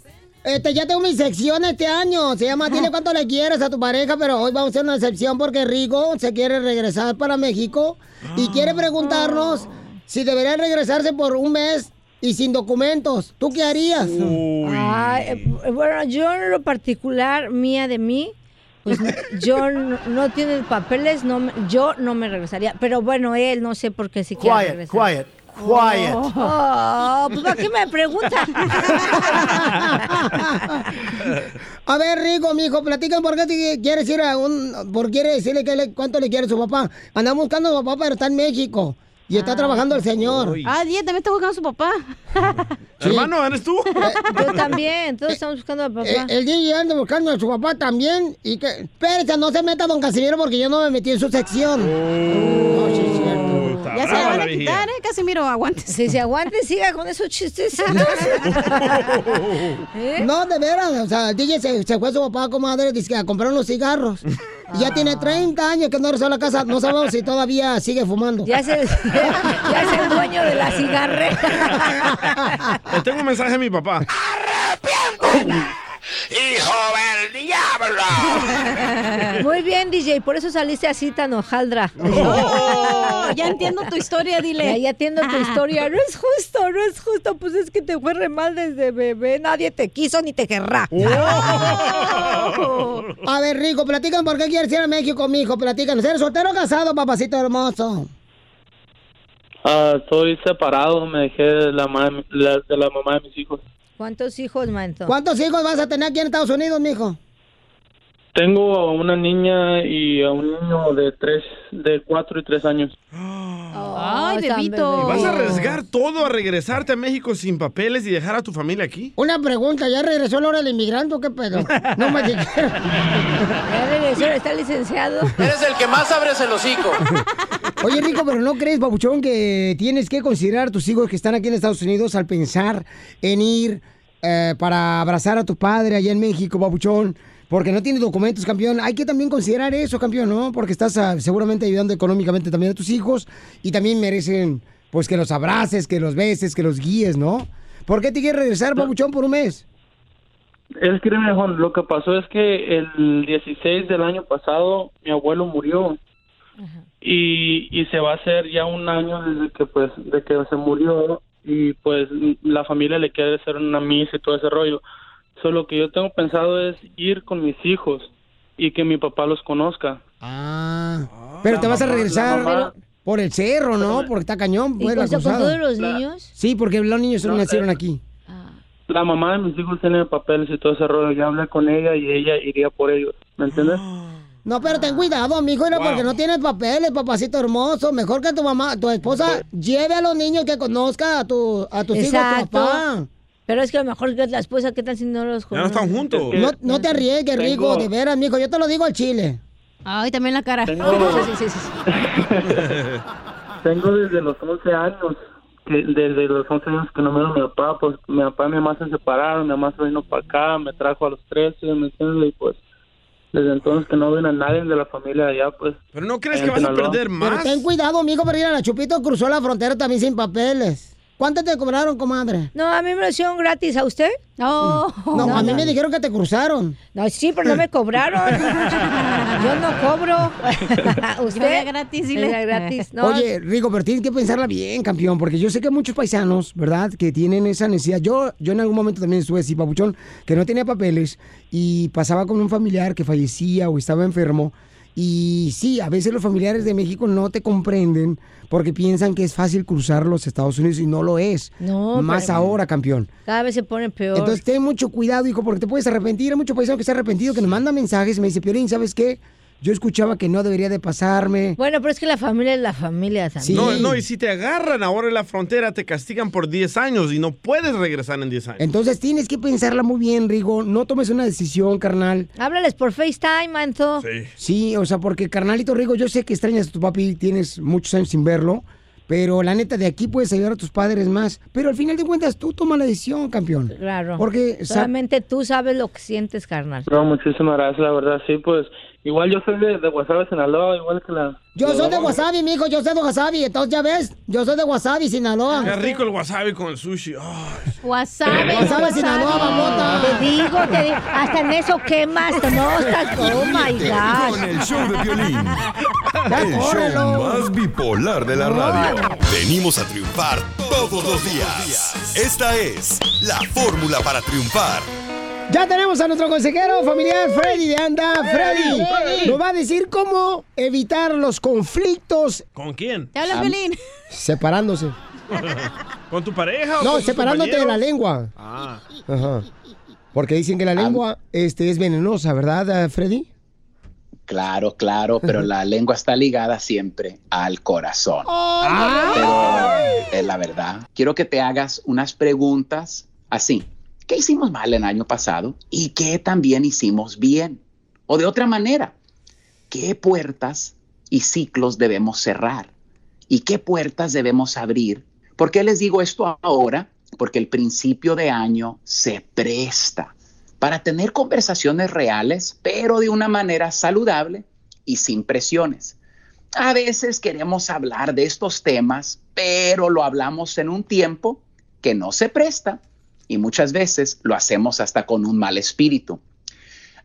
Speaker 1: este, ya tengo mi sección este año. Se llama Dile cuánto le quieres a tu pareja, pero hoy vamos a hacer una excepción porque Rigo se quiere regresar para México y quiere preguntarnos si debería regresarse por un mes y sin documentos. ¿Tú qué harías?
Speaker 15: Ay, eh, bueno, yo en lo particular, mía de mí, pues no- yo no, no tiene papeles, no me- yo no me regresaría. Pero bueno, él no sé por qué si quiere
Speaker 16: Quiet,
Speaker 15: regresar.
Speaker 16: quiet, quiet.
Speaker 15: Oh, oh, pues ¿para qué me pregunta?
Speaker 1: A ver, Rigo, mijo, platican por qué te quieres ir a un. ¿Por quiere decirle que le- cuánto le quiere su papá? Andamos buscando a su papá, pero está en México. Y está trabajando el señor.
Speaker 2: Ah, Día también está buscando a su papá.
Speaker 1: Hermano,
Speaker 5: ¿eres tú?
Speaker 15: Yo también, todos estamos buscando a papá.
Speaker 1: Eh, el DJ anda buscando a su papá también. Y que. Espérate, no se meta, don Casimiro, porque yo no me metí en su sección.
Speaker 5: Oh.
Speaker 1: No, sí, es cierto.
Speaker 2: Ya se la van a quitar, ¿eh? Casimiro, aguante.
Speaker 15: Si se aguante, siga con esos chistes. ¿Eh?
Speaker 1: No, de veras, o sea, el DJ se, se fue a su papá, comadre, dice que a comprar unos cigarros. Y ya
Speaker 15: Ah.
Speaker 1: tiene 30 años que no regresó a la casa, no sabemos si todavía sigue fumando.
Speaker 15: Ya se, ya es el dueño de la cigarrera.
Speaker 5: Le tengo un mensaje a mi papá.
Speaker 15: ¡Hijo del diablo! Muy bien, DJ, por eso saliste así tan hojaldra.
Speaker 2: Oh, ya entiendo tu historia, dile. Ah.
Speaker 15: Ya, ya entiendo tu historia. No es justo, no es justo. Pues es que te fue re mal desde bebé. Nadie te quiso ni te querrá.
Speaker 1: A ver, Rico, platican por qué quieres ir a México, mijo, platican. ¿Eres soltero o casado, papacito hermoso?
Speaker 17: Ah, estoy separado, me dejé de la, mam- la- de la mamá de mis hijos.
Speaker 15: ¿Cuántos hijos, Manto?
Speaker 1: ¿Cuántos hijos vas a tener aquí en Estados Unidos, mijo?
Speaker 17: Tengo a una niña y a un niño de tres, de cuatro y tres años.
Speaker 2: Ay, bebito.
Speaker 5: ¿Vas a arriesgar todo a regresarte a México sin papeles y dejar a tu familia aquí?
Speaker 1: Una pregunta, ¿ya regresó la hora del inmigrante o qué pedo? No me dijeron.
Speaker 15: Ya regresó, está licenciado.
Speaker 18: Eres el que más abres el hocico.
Speaker 1: Oye, Rico, pero ¿no crees, babuchón, que tienes que considerar a tus hijos que están aquí en Estados Unidos al pensar en ir eh, para abrazar a tu padre allá en México, babuchón? Porque no tienes documentos, campeón. Hay que también considerar eso, campeón, ¿no? Porque estás ah, seguramente ayudando económicamente también a tus hijos y también merecen, pues, que los abraces, que los beses, que los guíes, ¿no? ¿Por qué te quieres regresar, babuchón, por un mes?
Speaker 17: Es que, mejor, lo que pasó es que el 16 del año pasado mi abuelo murió. Y, y se va a hacer ya un año desde que pues de que se murió y pues la familia le quiere hacer una misa y todo ese rollo. Solo que yo tengo pensado es ir con mis hijos y que mi papá los conozca.
Speaker 1: Ah, pero te vas a
Speaker 17: mamá, la
Speaker 1: regresar
Speaker 17: mamá.
Speaker 1: por el cerro, ¿no? Porque está cañón.
Speaker 15: ¿Y
Speaker 1: pues, la
Speaker 15: con, con
Speaker 1: cruzada.
Speaker 15: todos los niños?
Speaker 1: Sí, porque los niños
Speaker 17: No,
Speaker 1: nacieron
Speaker 17: eh.
Speaker 1: aquí.
Speaker 17: La mamá de mis hijos tiene papeles y todo ese rollo. Yo hablé con ella y ella iría por ellos. ¿Me entiendes?
Speaker 1: No, pero ten cuidado, mijo, era
Speaker 17: Wow.
Speaker 1: porque no tienes papeles, papacito hermoso. Mejor que tu mamá, tu esposa, lleve a los niños que conozca a, tu, a tus hijos, tu papá.
Speaker 15: Exacto. Pero es que a lo mejor que la esposa, ¿qué tal si no los conoce?
Speaker 1: No, no te arriesgues,
Speaker 15: Tengo-
Speaker 1: Rico, de veras, mijo. Yo te lo digo al chile.
Speaker 2: Ay, también la cara.
Speaker 17: Tengo-
Speaker 2: Sí, sí, sí, sí.
Speaker 17: Tengo desde los 11 años, que desde los 11 años que no me a mi papá, pues mi papá y mi mamá se separaron, mi mamá se vino para acá, me trajo a los 13, ¿me entiendes? Y pues desde entonces que no ven a nadie de la familia de allá, pues.
Speaker 5: Pero no
Speaker 1: Pero ten cuidado, mijo, pero ir a la Chupito cruzó la frontera también sin papeles. ¿Cuánto te cobraron, comadre?
Speaker 15: No, a mí me lo hicieron gratis. ¿A usted? No.
Speaker 1: No, a mí me dijeron que te cruzaron.
Speaker 15: No, sí, pero no me cobraron. Yo no cobro. usted.
Speaker 2: Yo era gratis, dile.
Speaker 15: Era gratis. No,
Speaker 1: Oye, Rico, pero tienes que pensarla bien, campeón, porque yo sé que hay muchos paisanos, ¿verdad?, que tienen esa necesidad. Yo, yo en algún momento también estuve así, papuchón, que no tenía papeles y pasaba con un familiar que fallecía o estaba enfermo. Y sí, a veces los familiares de México no te comprenden porque piensan que es fácil cruzar los Estados Unidos y no lo es.
Speaker 15: No,
Speaker 1: Más
Speaker 15: pero-
Speaker 1: ahora, campeón.
Speaker 15: Cada vez se pone peor.
Speaker 1: Entonces ten mucho cuidado, hijo, porque te puedes arrepentir. Hay mucho paisano que se ha arrepentido, que me manda mensajes y me dice, Piolín, ¿sabes qué? Yo escuchaba que no debería de pasarme.
Speaker 15: Bueno, pero es que la familia es la familia también.
Speaker 5: No, no, y si te agarran ahora en la frontera, te castigan por 10 años y no puedes regresar en 10 años.
Speaker 1: Entonces tienes que pensarla muy bien, Rigo. No tomes una decisión, carnal.
Speaker 15: Háblales por FaceTime, Manto.
Speaker 1: Sí. o sea, porque carnalito Rigo, yo sé que extrañas a tu papi, tienes muchos años sin verlo, pero la neta, de aquí puedes ayudar a tus padres más. Pero al final de cuentas, tú toma la decisión, campeón.
Speaker 15: Claro.
Speaker 1: Porque sa-
Speaker 15: solamente tú sabes lo que sientes, carnal.
Speaker 17: No, muchísimas gracias, la verdad, sí, pues igual yo soy de, de Guasave, Sinaloa, igual que la...
Speaker 1: Yo
Speaker 17: la-
Speaker 1: soy de Wasabi, mijo, yo soy de Wasabi. Entonces, ya ves, yo soy de Wasabi, Sinaloa.
Speaker 5: Qué rico el wasabi con el sushi. Ah, Ay.
Speaker 2: Wasabi.
Speaker 1: Wasabi, Sinaloa, babota.
Speaker 15: Te digo, te digo, hasta en eso quemas, no, estás, oh my
Speaker 7: Con
Speaker 15: gosh.
Speaker 7: el show de violín.
Speaker 15: Ya
Speaker 7: El
Speaker 15: córrelo.
Speaker 7: show más bipolar de la radio. Venimos a triunfar todos los días. Esta es la fórmula para triunfar.
Speaker 1: Ya tenemos a nuestro consejero familiar Freddy de Anda. Freddy
Speaker 5: Freddy.
Speaker 1: nos va a decir cómo evitar los conflictos
Speaker 5: ¿Con quién?
Speaker 1: Am- Separándose.
Speaker 5: ¿Con tu pareja? o
Speaker 1: No,
Speaker 5: con tus
Speaker 1: separándote de la
Speaker 5: compañeros?
Speaker 1: lengua.
Speaker 5: Ah.
Speaker 1: Ajá. Porque dicen que la lengua este, es venenosa, ¿verdad, eh, Freddy?
Speaker 16: Claro, claro, pero la lengua está ligada siempre al corazón. Pero es la verdad. Quiero que te hagas unas preguntas así. ¿Qué hicimos mal el año pasado y qué también hicimos bien? O de otra manera, ¿qué puertas y ciclos debemos cerrar? ¿Y qué puertas debemos abrir? ¿Por qué les digo esto ahora? Porque el principio de año se presta para tener conversaciones reales, pero de una manera saludable y sin presiones. A veces queremos hablar de estos temas, pero lo hablamos en un tiempo que no se presta y muchas veces lo hacemos hasta con un mal espíritu.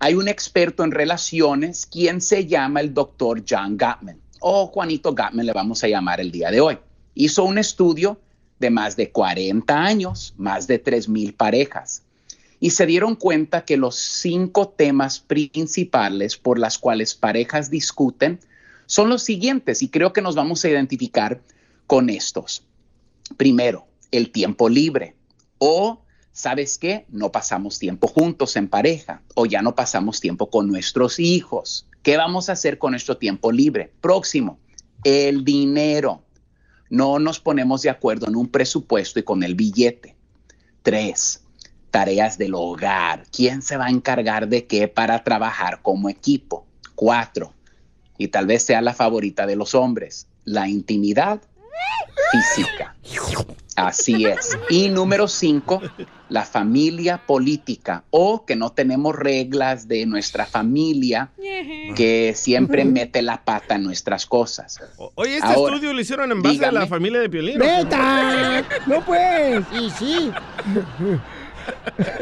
Speaker 16: Hay un experto en relaciones quien se llama el doctor John Gottman o Juanito Gottman le vamos a llamar el día de hoy. Hizo un estudio de más de 40 años, más de 3.000 parejas y se dieron cuenta que los cinco temas principales por las cuales parejas discuten son los siguientes y creo que nos vamos a identificar con estos. Primero, el tiempo libre o, ¿sabes qué? No pasamos tiempo juntos en pareja o ya no pasamos tiempo con nuestros hijos. ¿Qué vamos a hacer con nuestro tiempo libre? Próximo, el dinero. No nos ponemos de acuerdo en un presupuesto y con el billete. Tres, tareas del hogar. ¿Quién se va a encargar de qué para trabajar como equipo? Cuatro, y tal vez sea la favorita de los hombres, la intimidad física. Así es. Y número cinco, la familia política o que no tenemos reglas de nuestra familia que siempre mete la pata en nuestras cosas.
Speaker 5: Oye, este
Speaker 16: Ahora,
Speaker 5: estudio lo hicieron en base a la
Speaker 16: dígame.
Speaker 5: familia de Piolín.
Speaker 16: ¡Veta!
Speaker 1: ¡No pues! Y sí.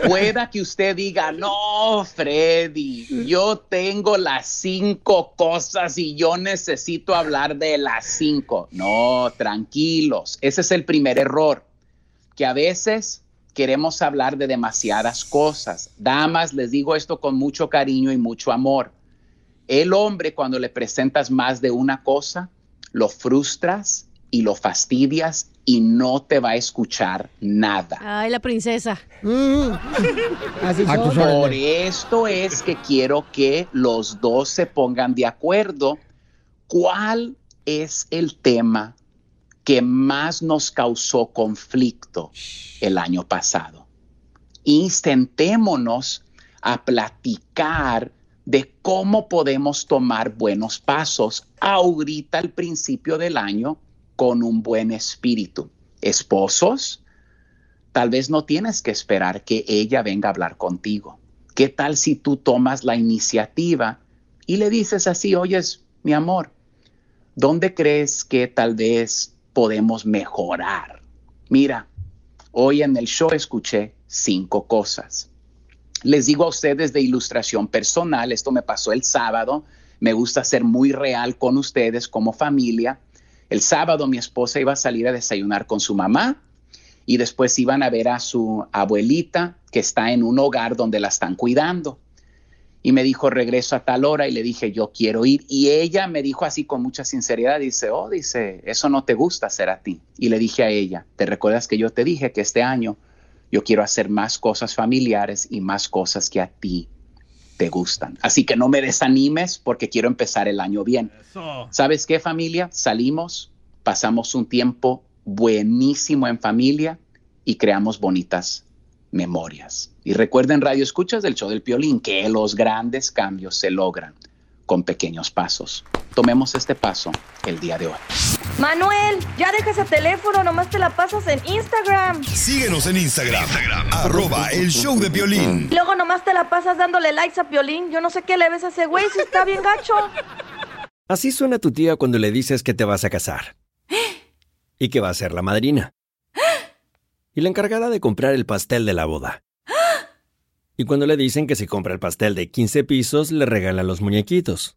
Speaker 16: pueda que usted diga, no, Freddy, yo tengo las cinco cosas y yo necesito hablar de las cinco. No, tranquilos, ese es el primer error, que a veces queremos hablar de demasiadas cosas. Damas, les digo esto con mucho cariño y mucho amor. El hombre cuando le presentas más de una cosa, lo frustras y lo fastidias y no te va a escuchar nada.
Speaker 2: Ay, la princesa.
Speaker 1: Mm. Así
Speaker 2: son.
Speaker 16: Por esto es que quiero que los dos se pongan de acuerdo cuál es el tema que más nos causó conflicto el año pasado. Intentémonos a platicar de cómo podemos tomar buenos pasos ahorita al principio del año con un buen espíritu. Esposos, tal vez no tienes que esperar que ella venga a hablar contigo. ¿Qué tal si tú tomas la iniciativa y le dices así, oyes, mi amor, ¿dónde crees que tal vez podemos mejorar? mira, hoy en el show escuché cinco cosas. Les digo a ustedes de ilustración personal, esto me pasó el sábado, me gusta ser muy real con ustedes como familia. El sábado mi esposa iba a salir a desayunar con su mamá y después iban a ver a su abuelita que está en un hogar donde la están cuidando. Y me dijo, regreso a tal hora y le dije, yo quiero ir. Y ella me dijo así con mucha sinceridad, dice, oh, dice, eso no te gusta hacer a ti. Y le dije a ella, ¿te recuerdas que yo te dije que este año yo quiero hacer más cosas familiares y más cosas que a ti te gustan? Así que no me desanimes porque quiero empezar el año bien. ¿Sabes qué familia? Salimos, pasamos un tiempo buenísimo en familia y creamos bonitas memorias. Y recuerden, Radio Escuchas del Show del Piolín, que los grandes cambios se logran con pequeños pasos. Tomemos este paso el día de hoy.
Speaker 19: Manuel, ya deja ese teléfono, nomás te la pasas en Instagram.
Speaker 7: Síguenos en Instagram, arroba el show de
Speaker 19: Y
Speaker 7: Piolín.
Speaker 19: Luego nomás te la pasas dándole likes a Piolín. Yo no sé qué le ves a ese güey si está bien gacho.
Speaker 4: Así suena tu tía cuando le dices que te vas a casar. Y que va a ser la madrina. Y la encargada de comprar el pastel de la boda. Y cuando le dicen que si compra el pastel de 15 pisos, le regalan los muñequitos.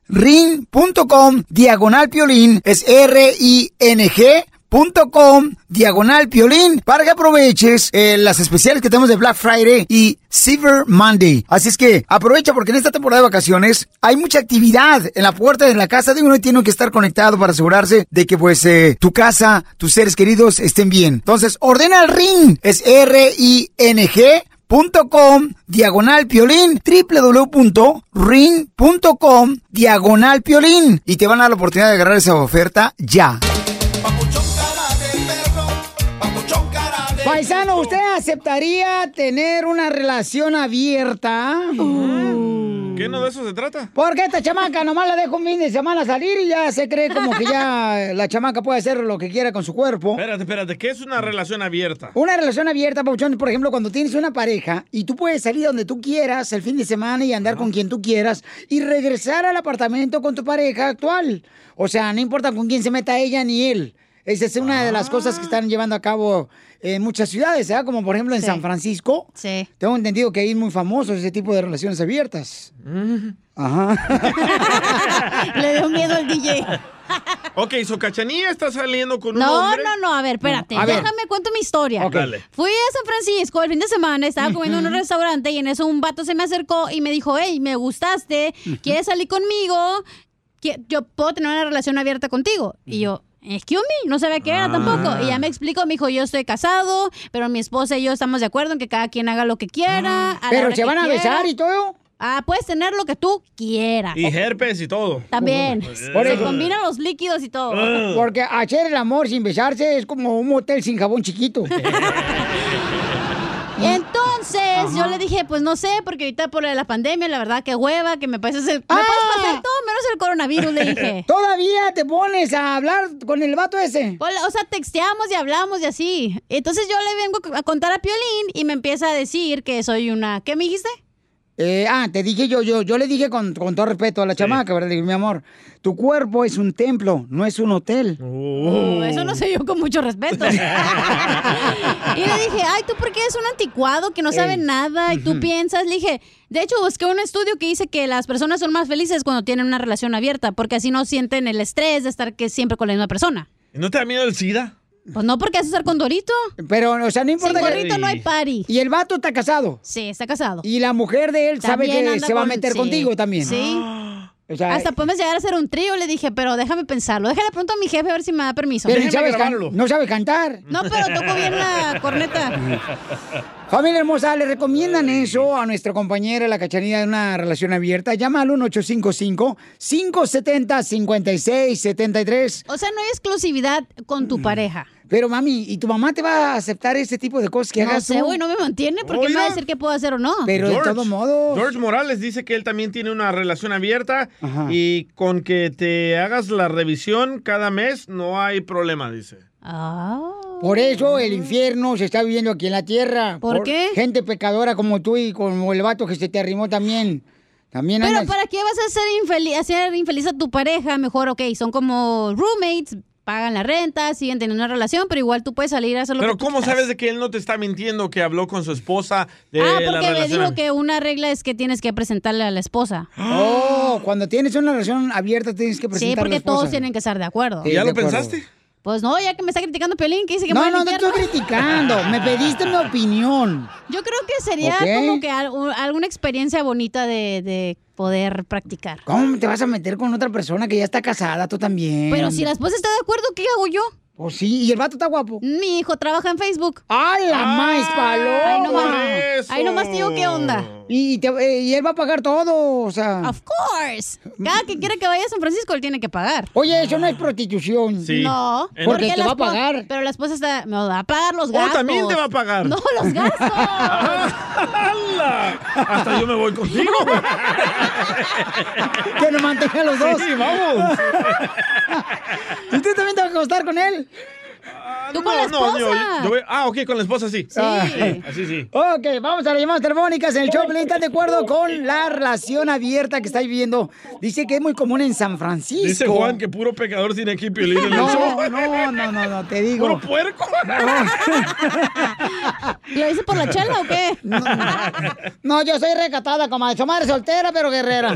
Speaker 1: ring.com diagonal piolín es R-I-N-G. .com, diagonal piolín para que aproveches eh, las especiales que tenemos de Black Friday y Silver Monday. Así es que aprovecha porque en esta temporada de vacaciones hay mucha actividad en la puerta de la casa de uno y tiene que estar conectado para asegurarse de que pues eh, tu casa, tus seres queridos estén bien. Entonces ordena el ring, es R-I-N-G ring.com diagonal piolín www.ring.com diagonal piolín y te van a dar la oportunidad de agarrar esa oferta ya.
Speaker 12: Paisano, ¿usted aceptaría tener una relación abierta?
Speaker 5: ¿Qué no de eso se trata?
Speaker 12: Porque esta chamaca nomás la dejo un fin de semana salir y ya se cree como que ya la chamaca puede hacer lo que quiera con su cuerpo.
Speaker 5: Espérate, espérate, ¿qué es una relación abierta?
Speaker 12: Una relación abierta, Pauchón, por ejemplo, cuando tienes una pareja y tú puedes salir donde tú quieras el fin de semana y andar con quien tú quieras y regresar al apartamento con tu pareja actual. O sea, no importa con quién se meta ella ni él. Esa es una de las cosas que están llevando a cabo en muchas ciudades, ¿verdad? Como por ejemplo en San Francisco. Sí. Tengo entendido que ahí es muy famoso ese tipo de relaciones abiertas. Ajá.
Speaker 2: Le dio miedo al DJ.
Speaker 5: Ok, so Cachanilla está saliendo con un
Speaker 2: No,
Speaker 5: hombre.
Speaker 2: no, no, a ver, espérate.
Speaker 5: A ver.
Speaker 2: Déjame cuento mi historia.
Speaker 5: Ok. Dale.
Speaker 2: Fui a San Francisco el fin de semana, estaba comiendo en un restaurante y en eso un vato se me acercó y me dijo, hey, me gustaste, ¿quieres salir conmigo? Que- Yo puedo tener una relación abierta contigo. Y yo... Excuse me, no sabía qué era tampoco. Y ya me explicó, me dijo, yo estoy casado, pero mi esposa y yo estamos de acuerdo en que cada quien haga lo que quiera. a la
Speaker 12: Pero
Speaker 2: hora
Speaker 12: se
Speaker 2: que
Speaker 12: van a
Speaker 2: quiera".
Speaker 12: besar y todo.
Speaker 2: Ah, puedes tener lo que tú quieras.
Speaker 5: Y herpes y todo.
Speaker 2: También.
Speaker 5: Por
Speaker 2: Se
Speaker 5: eso.
Speaker 2: combinan los líquidos y todo.
Speaker 1: Porque hacer el amor sin besarse es como un motel sin jabón chiquito.
Speaker 2: Entonces, yo le dije, pues no sé, porque ahorita por lo de la pandemia, la verdad, que hueva, que me pases el... Me puedes pasar todo menos el coronavirus, le dije.
Speaker 1: Ah. Todavía te pones a hablar con el vato ese.
Speaker 2: Hola, O sea, texteamos y hablamos y así. Entonces yo le vengo a contar a Piolín y me empieza a decir que soy una... ¿Qué me dijiste?
Speaker 1: Eh, ah, te dije yo, yo, yo le dije con, con todo respeto a la chamaca, ¿verdad? Le dije, mi amor, tu cuerpo es un templo, no es un hotel.
Speaker 2: Oh, eso lo sé yo con mucho respeto. Y le dije, ay, ¿tú por qué eres un anticuado que no sabe nada? Y tú piensas, le dije, de hecho busqué un estudio que dice que las personas son más felices cuando tienen una relación abierta, porque así no sienten el estrés de estar que siempre con la misma persona.
Speaker 5: ¿No te da miedo el SIDA?
Speaker 2: Pues no porque haces estar con Dorito.
Speaker 1: Pero, o sea, no importa.
Speaker 2: Sin
Speaker 1: que-
Speaker 2: gorrito no hay party.
Speaker 1: Y el vato está casado.
Speaker 2: Sí, está casado.
Speaker 1: Y la mujer de él sabe
Speaker 2: También
Speaker 1: que
Speaker 2: anda
Speaker 1: se va a
Speaker 2: con-
Speaker 1: meter
Speaker 2: sí,
Speaker 1: contigo también.
Speaker 2: Sí.
Speaker 1: O sea,
Speaker 2: Hasta podemos llegar a hacer un trío, le dije, pero déjame pensarlo. Déjale pronto a mi jefe a ver si me da permiso.
Speaker 1: pero ni sabes can- no sabe cantar.
Speaker 2: No, pero toco bien la corneta.
Speaker 1: Familia hermosa, le recomiendan eso a nuestra compañera, la cachanilla de una relación abierta. Llama al 1-855-570-5673.
Speaker 2: O sea, no hay exclusividad con tu pareja.
Speaker 1: Mm. Pero mami, ¿y tu mamá te va a aceptar este tipo de cosas que
Speaker 2: no
Speaker 1: hagas
Speaker 2: sé,
Speaker 1: tú?
Speaker 2: güey, no me mantiene porque me va a decir qué puedo hacer o no.
Speaker 1: Pero de todos modos.
Speaker 5: George Morales dice que él también tiene una relación abierta y con que te hagas la revisión cada mes no hay problema, dice.
Speaker 2: Ah.
Speaker 1: Por eso el infierno se está viviendo aquí en la tierra.
Speaker 2: ¿Por qué?
Speaker 1: Gente pecadora como tú y como el vato que se te arrimó también. También
Speaker 2: Pero
Speaker 1: andas-
Speaker 2: ¿para qué vas a hacer infeliz, hacer infeliz a tu pareja? Mejor, ok, son como roommates, pagan la renta, siguen teniendo una relación, pero igual tú puedes salir a hacer lo
Speaker 5: Pero
Speaker 2: que tú
Speaker 5: ¿cómo
Speaker 2: quieras.
Speaker 5: sabes de que él no te está mintiendo que habló con su esposa de
Speaker 2: Ah,
Speaker 5: la
Speaker 2: porque me
Speaker 5: relación?
Speaker 2: dijo que una regla es que tienes que presentarle a la esposa.
Speaker 1: Oh, cuando tienes una relación abierta tienes que
Speaker 2: Sí,
Speaker 1: presentar a la
Speaker 2: porque
Speaker 1: esposa.
Speaker 2: todos tienen que estar de acuerdo.
Speaker 1: Sí, ¿Ya lo de acuerdo. pensaste?
Speaker 2: Pues no, ya que me está criticando Piolín, que dice que me
Speaker 1: No,
Speaker 2: va al
Speaker 1: no, no
Speaker 2: infierno.
Speaker 1: estoy criticando. Me pediste mi opinión.
Speaker 2: Yo creo que sería
Speaker 1: Ok.
Speaker 2: como que al- un- alguna experiencia bonita de, de poder practicar.
Speaker 1: ¿Cómo te vas a meter con otra persona que ya está casada tú también?
Speaker 2: Pero si la esposa está de acuerdo, ¿qué hago yo?
Speaker 1: Pues sí, y el vato está guapo.
Speaker 2: Mi hijo trabaja en Facebook.
Speaker 1: ¡Ah, la más paloma!
Speaker 2: Ahí nomás, ahí nomás te digo qué onda.
Speaker 1: Y, te- eh, y él va a pagar todo, o sea.
Speaker 2: Of course. Cada que quiera que vaya a San Francisco, él tiene que pagar.
Speaker 1: Oye, eso no es prostitución.
Speaker 2: No,
Speaker 1: Porque te
Speaker 2: la
Speaker 1: va a
Speaker 2: espo-
Speaker 1: pagar.
Speaker 2: Pero la esposa está, me va a pagar los
Speaker 1: Oh,
Speaker 2: gastos.
Speaker 1: también te va a pagar.
Speaker 2: No, los gastos.
Speaker 5: Hasta yo me voy contigo.
Speaker 1: Que nos mantenga los dos.
Speaker 5: Sí, vamos.
Speaker 1: ¿Y usted también te va a acostar con él?
Speaker 2: Tú
Speaker 5: No, no, yo, yo voy- ah, ok, con la esposa sí.
Speaker 1: Ah.
Speaker 5: así sí.
Speaker 1: Ok, vamos a las llamadas telefónicas. En el show, Pelín, ¿están de acuerdo con la relación abierta que está viviendo? Dice que es muy común en San Francisco.
Speaker 5: Dice Juan que puro pecador tiene aquí Piolín en el show.
Speaker 1: No, no, no, no, no, te digo.
Speaker 5: Puro puerco.
Speaker 2: ¿Lo dice por la chela o qué?
Speaker 1: No, no, yo soy recatada, comadre. Soy madre soltera, pero guerrera.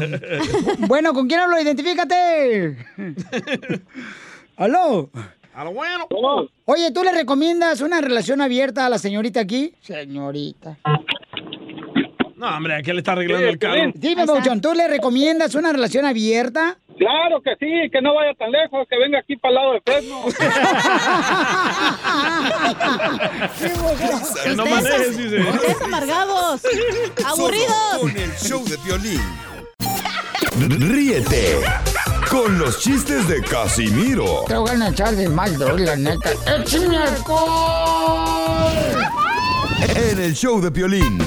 Speaker 1: Bueno, ¿con quién hablo? Identifícate. ¿Aló?
Speaker 5: A lo bueno.
Speaker 1: Oye, ¿tú le recomiendas una relación abierta a la señorita aquí? Señorita.
Speaker 5: No, hombre, aquí le está arreglando el carro.
Speaker 1: Dime, Bouchon, ¿tú le recomiendas una relación abierta?
Speaker 13: Claro que sí, que no vaya tan lejos, que venga aquí para el lado de Fresno.
Speaker 7: Que no manejes, dice.
Speaker 2: Ustedes amargados,
Speaker 7: Solo
Speaker 2: aburridos.
Speaker 7: Con el show de violín. Ríete con los chistes de Casimiro
Speaker 1: Te voy a echar de mal, la neta. ¡Échame alcohol!
Speaker 7: en el show de violín.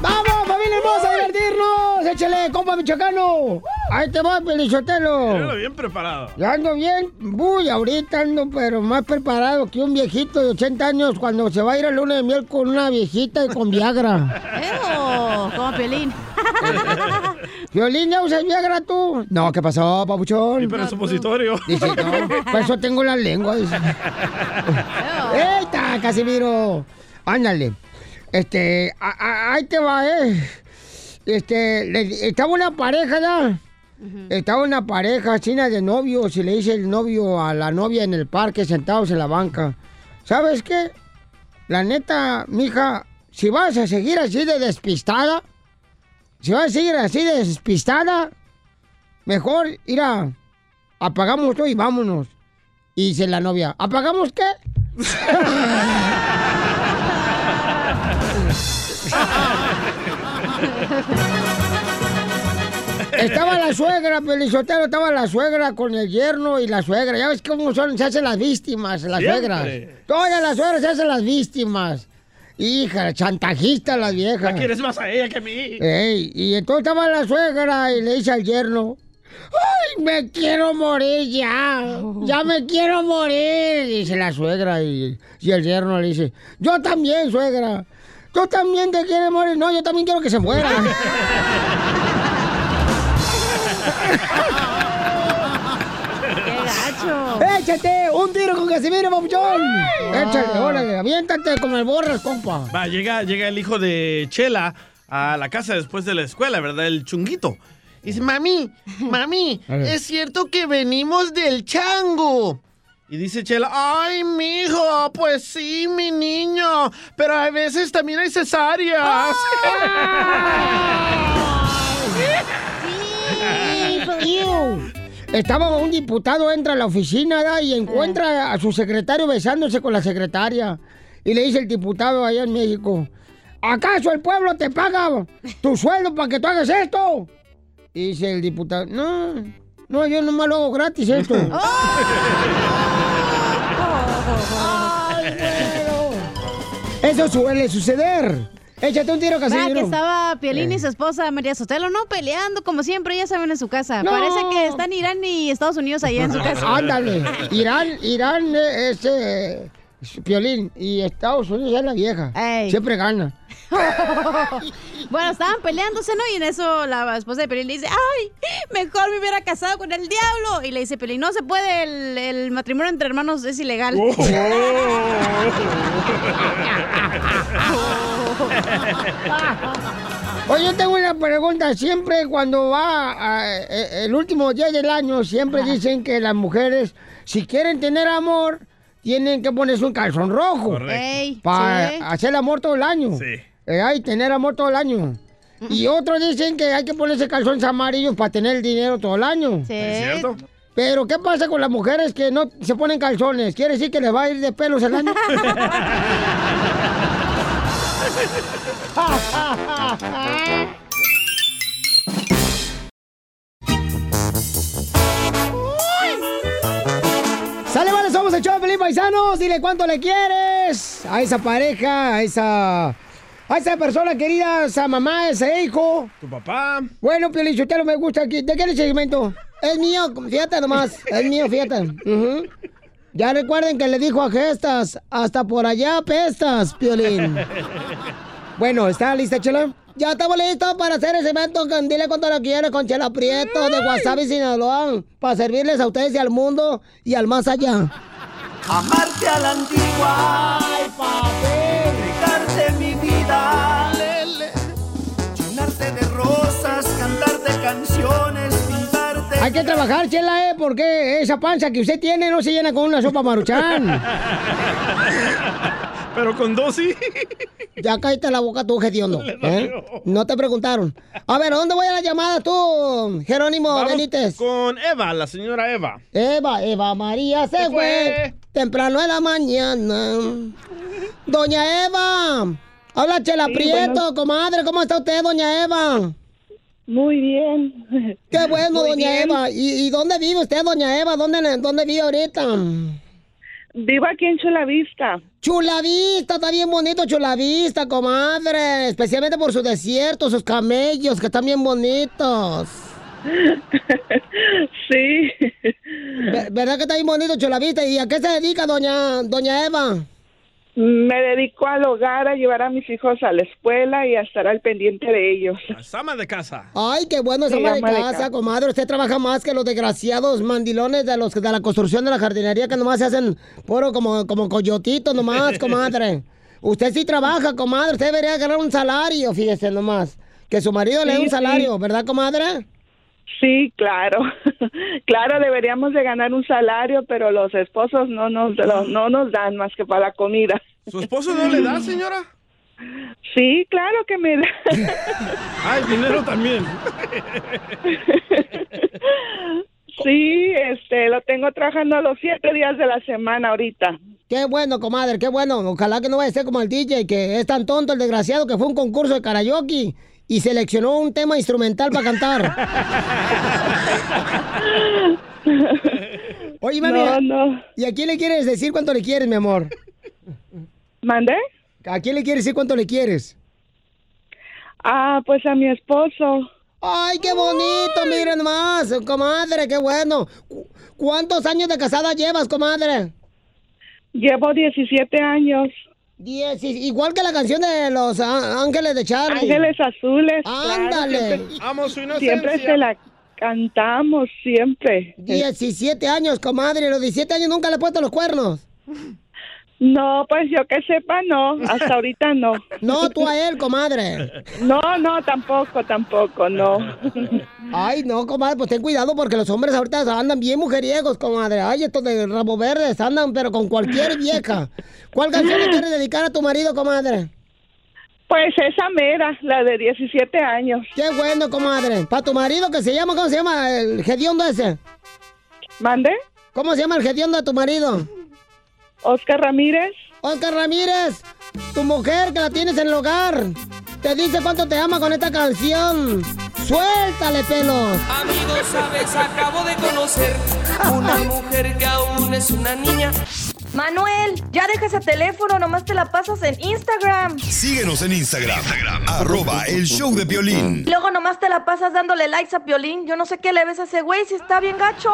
Speaker 1: ¡Vamos, familia hermosa, a divertirnos! ¡Échale, compa michoacano! ¡Ahí te va,
Speaker 5: Míralo
Speaker 1: Pelichotelo!
Speaker 5: bien preparado.
Speaker 1: Ya ando bien, uy, ahorita ando pero más preparado que un viejito de 80 años cuando se va a ir a luna de miel con una viejita y con Viagra.
Speaker 2: Ew, como Piolín.
Speaker 1: Violín, ¿ya usas Viagra tú? No, ¿qué pasó, papuchón?
Speaker 5: Sí, pero es supositorio.
Speaker 1: Dice, no, por eso tengo la lengua. dice. ¡Eita, Casimiro! Ándale. Este, a- a- ahí te va, ¿eh? Este, le- estaba una pareja, ¿ya? Estaba una pareja china de novios y le dice el novio a la novia en el parque sentados en la banca. ¿Sabes qué? La neta, mija, si vas a seguir así de despistada, si vas a seguir así de despistada, mejor ir a... Apagamos esto y vámonos. Y dice la novia, ¿apagamos qué? Estaba la suegra, Pelizotero, estaba la suegra con el yerno y la suegra. Ya ves cómo son, se hacen las víctimas, las
Speaker 9: Siempre.
Speaker 1: suegras. Todas las suegras se hacen las víctimas. Hija, chantajistas las viejas.
Speaker 5: La quieres más a ella que a mí.
Speaker 1: Ey, y entonces estaba la suegra y le dice al yerno, ¡ay, me quiero morir ya! ¡Ya me quiero morir! Dice la suegra y, y el yerno le dice, yo también, suegra. Tú también te quieres morir. No, yo también quiero que se muera. ¡Échate! ¡Un tiro con Casimiro, papuchón! ¡Échate! ¡Órale! ¡Aviéntate como el borras, compa!
Speaker 5: Va, llega, llega el hijo de Chela a la casa después de la escuela, ¿verdad? El chunguito. Y dice, mami, mami,
Speaker 20: A ver.
Speaker 5: es cierto que venimos del chango. Y dice Chela, ay, mijo, pues sí, mi niño, pero a veces también hay cesáreas.
Speaker 1: Ew. Estaba un diputado, entra a la oficina ¿da? y
Speaker 2: Eh.
Speaker 1: encuentra a su secretario besándose con la secretaria. Y le dice el diputado allá en México, ¿acaso el pueblo te paga tu sueldo para que tú hagas esto? Y dice el diputado, no, no, yo nomás lo hago gratis esto. Eso suele suceder. Échate un tiro, Eh.
Speaker 2: Va,
Speaker 1: Casimiro.
Speaker 2: que estaba Piolín y su esposa María Sotelo, ¿no? Peleando, como siempre, ya saben, en su casa.
Speaker 1: No.
Speaker 2: Parece que están Irán y Estados Unidos allá en su casa.
Speaker 1: Ándale. Irán, Irán, eh, este. Piolín y Estados Unidos ya es la vieja. Siempre gana.
Speaker 2: bueno, estaban peleándose, ¿no? Y en eso la esposa de Pelín le dice, ay, mejor me hubiera casado con el diablo. Y le dice Pelín, no se puede, el, el matrimonio entre hermanos es ilegal.
Speaker 7: Oh.
Speaker 1: Oye, yo tengo una pregunta. Siempre cuando va a- eh, el último día del año, siempre dicen que las mujeres, si quieren tener amor, tienen que ponerse un calzón rojo.
Speaker 9: Correcto. Ey,
Speaker 1: Para
Speaker 9: sí.
Speaker 1: hacer amor todo el año. Sí. y tener amor todo el año. Y otros dicen que hay que ponerse calzones amarillos para tener el dinero todo el año. Sí.
Speaker 9: ¿Es cierto?
Speaker 1: Pero, ¿qué pasa con las mujeres que no se ponen calzones? ¿Quiere decir que les va a ir de pelos el año? ¡Sale, vale! Somos el show de Pelín, Paisanos. Dile cuánto le quieres a esa pareja, a esa... A esa persona querida, a esa mamá, a ese hijo.
Speaker 5: Tu papá.
Speaker 1: Bueno, Piolichotelo, me gusta aquí. ¿De qué es el segmento? Es mío, fíjate nomás. Es mío, fíjate. Ujú. Ya recuerden que le dijo a Gestas, hasta por allá pestas, Piolín. Bueno, ¿está lista, Chela? Ya estamos listos para hacer ese evento con Dile Cuánto Lo Quieres con Chela Prieto de Wasabi Sinaloa para servirles a ustedes y al mundo y al más allá.
Speaker 20: Amarte a la antigua. Ay, papel. Regarte mi vida. Llenarte de rosas, cantarte canciones, pintarte.
Speaker 1: Hay que trabajar, Chela, ¿eh? Porque esa panza que usted tiene no se llena con una sopa maruchan.
Speaker 5: Pero con dos sí.
Speaker 1: Ya cállate la boca tú, Gediondo. ¿eh? No te preguntaron. A ver, ¿a ¿dónde voy a la llamada tú, Jerónimo
Speaker 5: Vamos
Speaker 1: Benítez?
Speaker 5: con Eva, la señora Eva.
Speaker 1: Eva, Eva María se,
Speaker 5: Se
Speaker 1: fue.
Speaker 5: fue.
Speaker 1: temprano en la mañana. Doña Eva, habla Chela
Speaker 21: Sí,
Speaker 1: Prieto,
Speaker 21: bueno.
Speaker 1: comadre, ¿cómo está usted, doña Eva? Muy bien. Qué bueno,
Speaker 21: Muy
Speaker 1: doña
Speaker 21: bien.
Speaker 1: Eva. ¿Y, y dónde vive usted, doña Eva? ¿Dónde, dónde vive ahorita? Vivo aquí en Chulavista. Chulavista, está bien bonito Chulavista, comadre. Especialmente por su desierto, sus camellos, que están bien bonitos. Sí. ¿Verdad que está bien bonito Chulavista? ¿Y a qué se dedica, doña, doña Eva?
Speaker 21: Me dedico al hogar, a llevar a mis hijos a la escuela y a estar al pendiente de ellos.
Speaker 5: Sama de casa.
Speaker 1: Ay, qué bueno esa
Speaker 21: Sí,
Speaker 1: ama de
Speaker 21: ama de
Speaker 1: casa,
Speaker 21: casa.
Speaker 1: comadre. Usted trabaja más que los desgraciados mandilones de los de la construcción de la jardinería que nomás se hacen puro como, como coyotitos nomás, comadre. Usted sí trabaja, comadre. Usted debería ganar un salario, fíjese nomás. Que su marido le dé
Speaker 21: Sí,
Speaker 1: un salario,
Speaker 21: sí.
Speaker 1: ¿verdad, comadre?
Speaker 21: Sí, claro. claro, deberíamos de ganar un salario, pero los esposos no nos, lo- no nos dan más que para la comida.
Speaker 5: ¿Su esposo no le da, señora?
Speaker 21: Sí, claro que me da.
Speaker 5: Ah, el dinero también.
Speaker 21: Sí, este, lo tengo trabajando los siete días de la semana ahorita.
Speaker 1: Qué bueno, comadre, qué bueno. Ojalá que no vaya a ser como el DJ, que es tan tonto el desgraciado que fue a un concurso de karaoke y seleccionó un tema instrumental para cantar. Oye, mami.
Speaker 5: No,
Speaker 1: ¿Y a quién le quieres decir cuánto le quieres, mi amor?
Speaker 5: ¿Mandé?
Speaker 1: ¿A quién le quieres decir cuánto le quieres?
Speaker 5: Ah, pues a mi esposo.
Speaker 1: ¡Ay, qué bonito! Miren más, comadre, qué bueno. ¿Cu- ¿Cuántos años de casada llevas, comadre?
Speaker 5: Llevo 17 años.
Speaker 1: Diez, y- igual que la canción de los á- Ángeles de Charlie.
Speaker 5: Ángeles Azules. claro,
Speaker 1: Ándale.
Speaker 5: siempre- Siempre se la cantamos, siempre.
Speaker 1: 17 años, comadre. Los 17 años nunca le he puesto los cuernos.
Speaker 5: No, pues yo que sepa, no. Hasta ahorita no.
Speaker 1: No, tú a él, comadre.
Speaker 5: No, no, tampoco, tampoco, no.
Speaker 1: Ay, no, comadre, pues ten cuidado porque los hombres ahorita andan bien mujeriegos, comadre. Ay, estos de rabo verdes andan, pero con cualquier vieja. ¿Cuál canción le quieres dedicar a tu marido, comadre?
Speaker 5: Pues esa mera, la de 17 años.
Speaker 1: Qué bueno, comadre. ¿Para tu marido que se llama? ¿Cómo se llama el gediondo ese?
Speaker 5: ¿Mande?
Speaker 1: ¿Cómo se llama el gediondo de tu marido?
Speaker 5: Oscar Ramírez.
Speaker 1: Oscar Ramírez, tu mujer que la tienes en el hogar, te dice cuánto te ama con esta canción. Suéltale, pelos.
Speaker 9: Amigo, sabes, acabo de conocer una mujer que aún es una niña.
Speaker 19: Manuel, ya deja ese teléfono, nomás te la pasas en Instagram.
Speaker 7: Síguenos en Instagram, arroba el show de
Speaker 19: Y
Speaker 7: violín.
Speaker 19: Luego nomás te la pasas dándole likes a Piolín. Yo no sé qué le ves a ese güey si está bien gacho.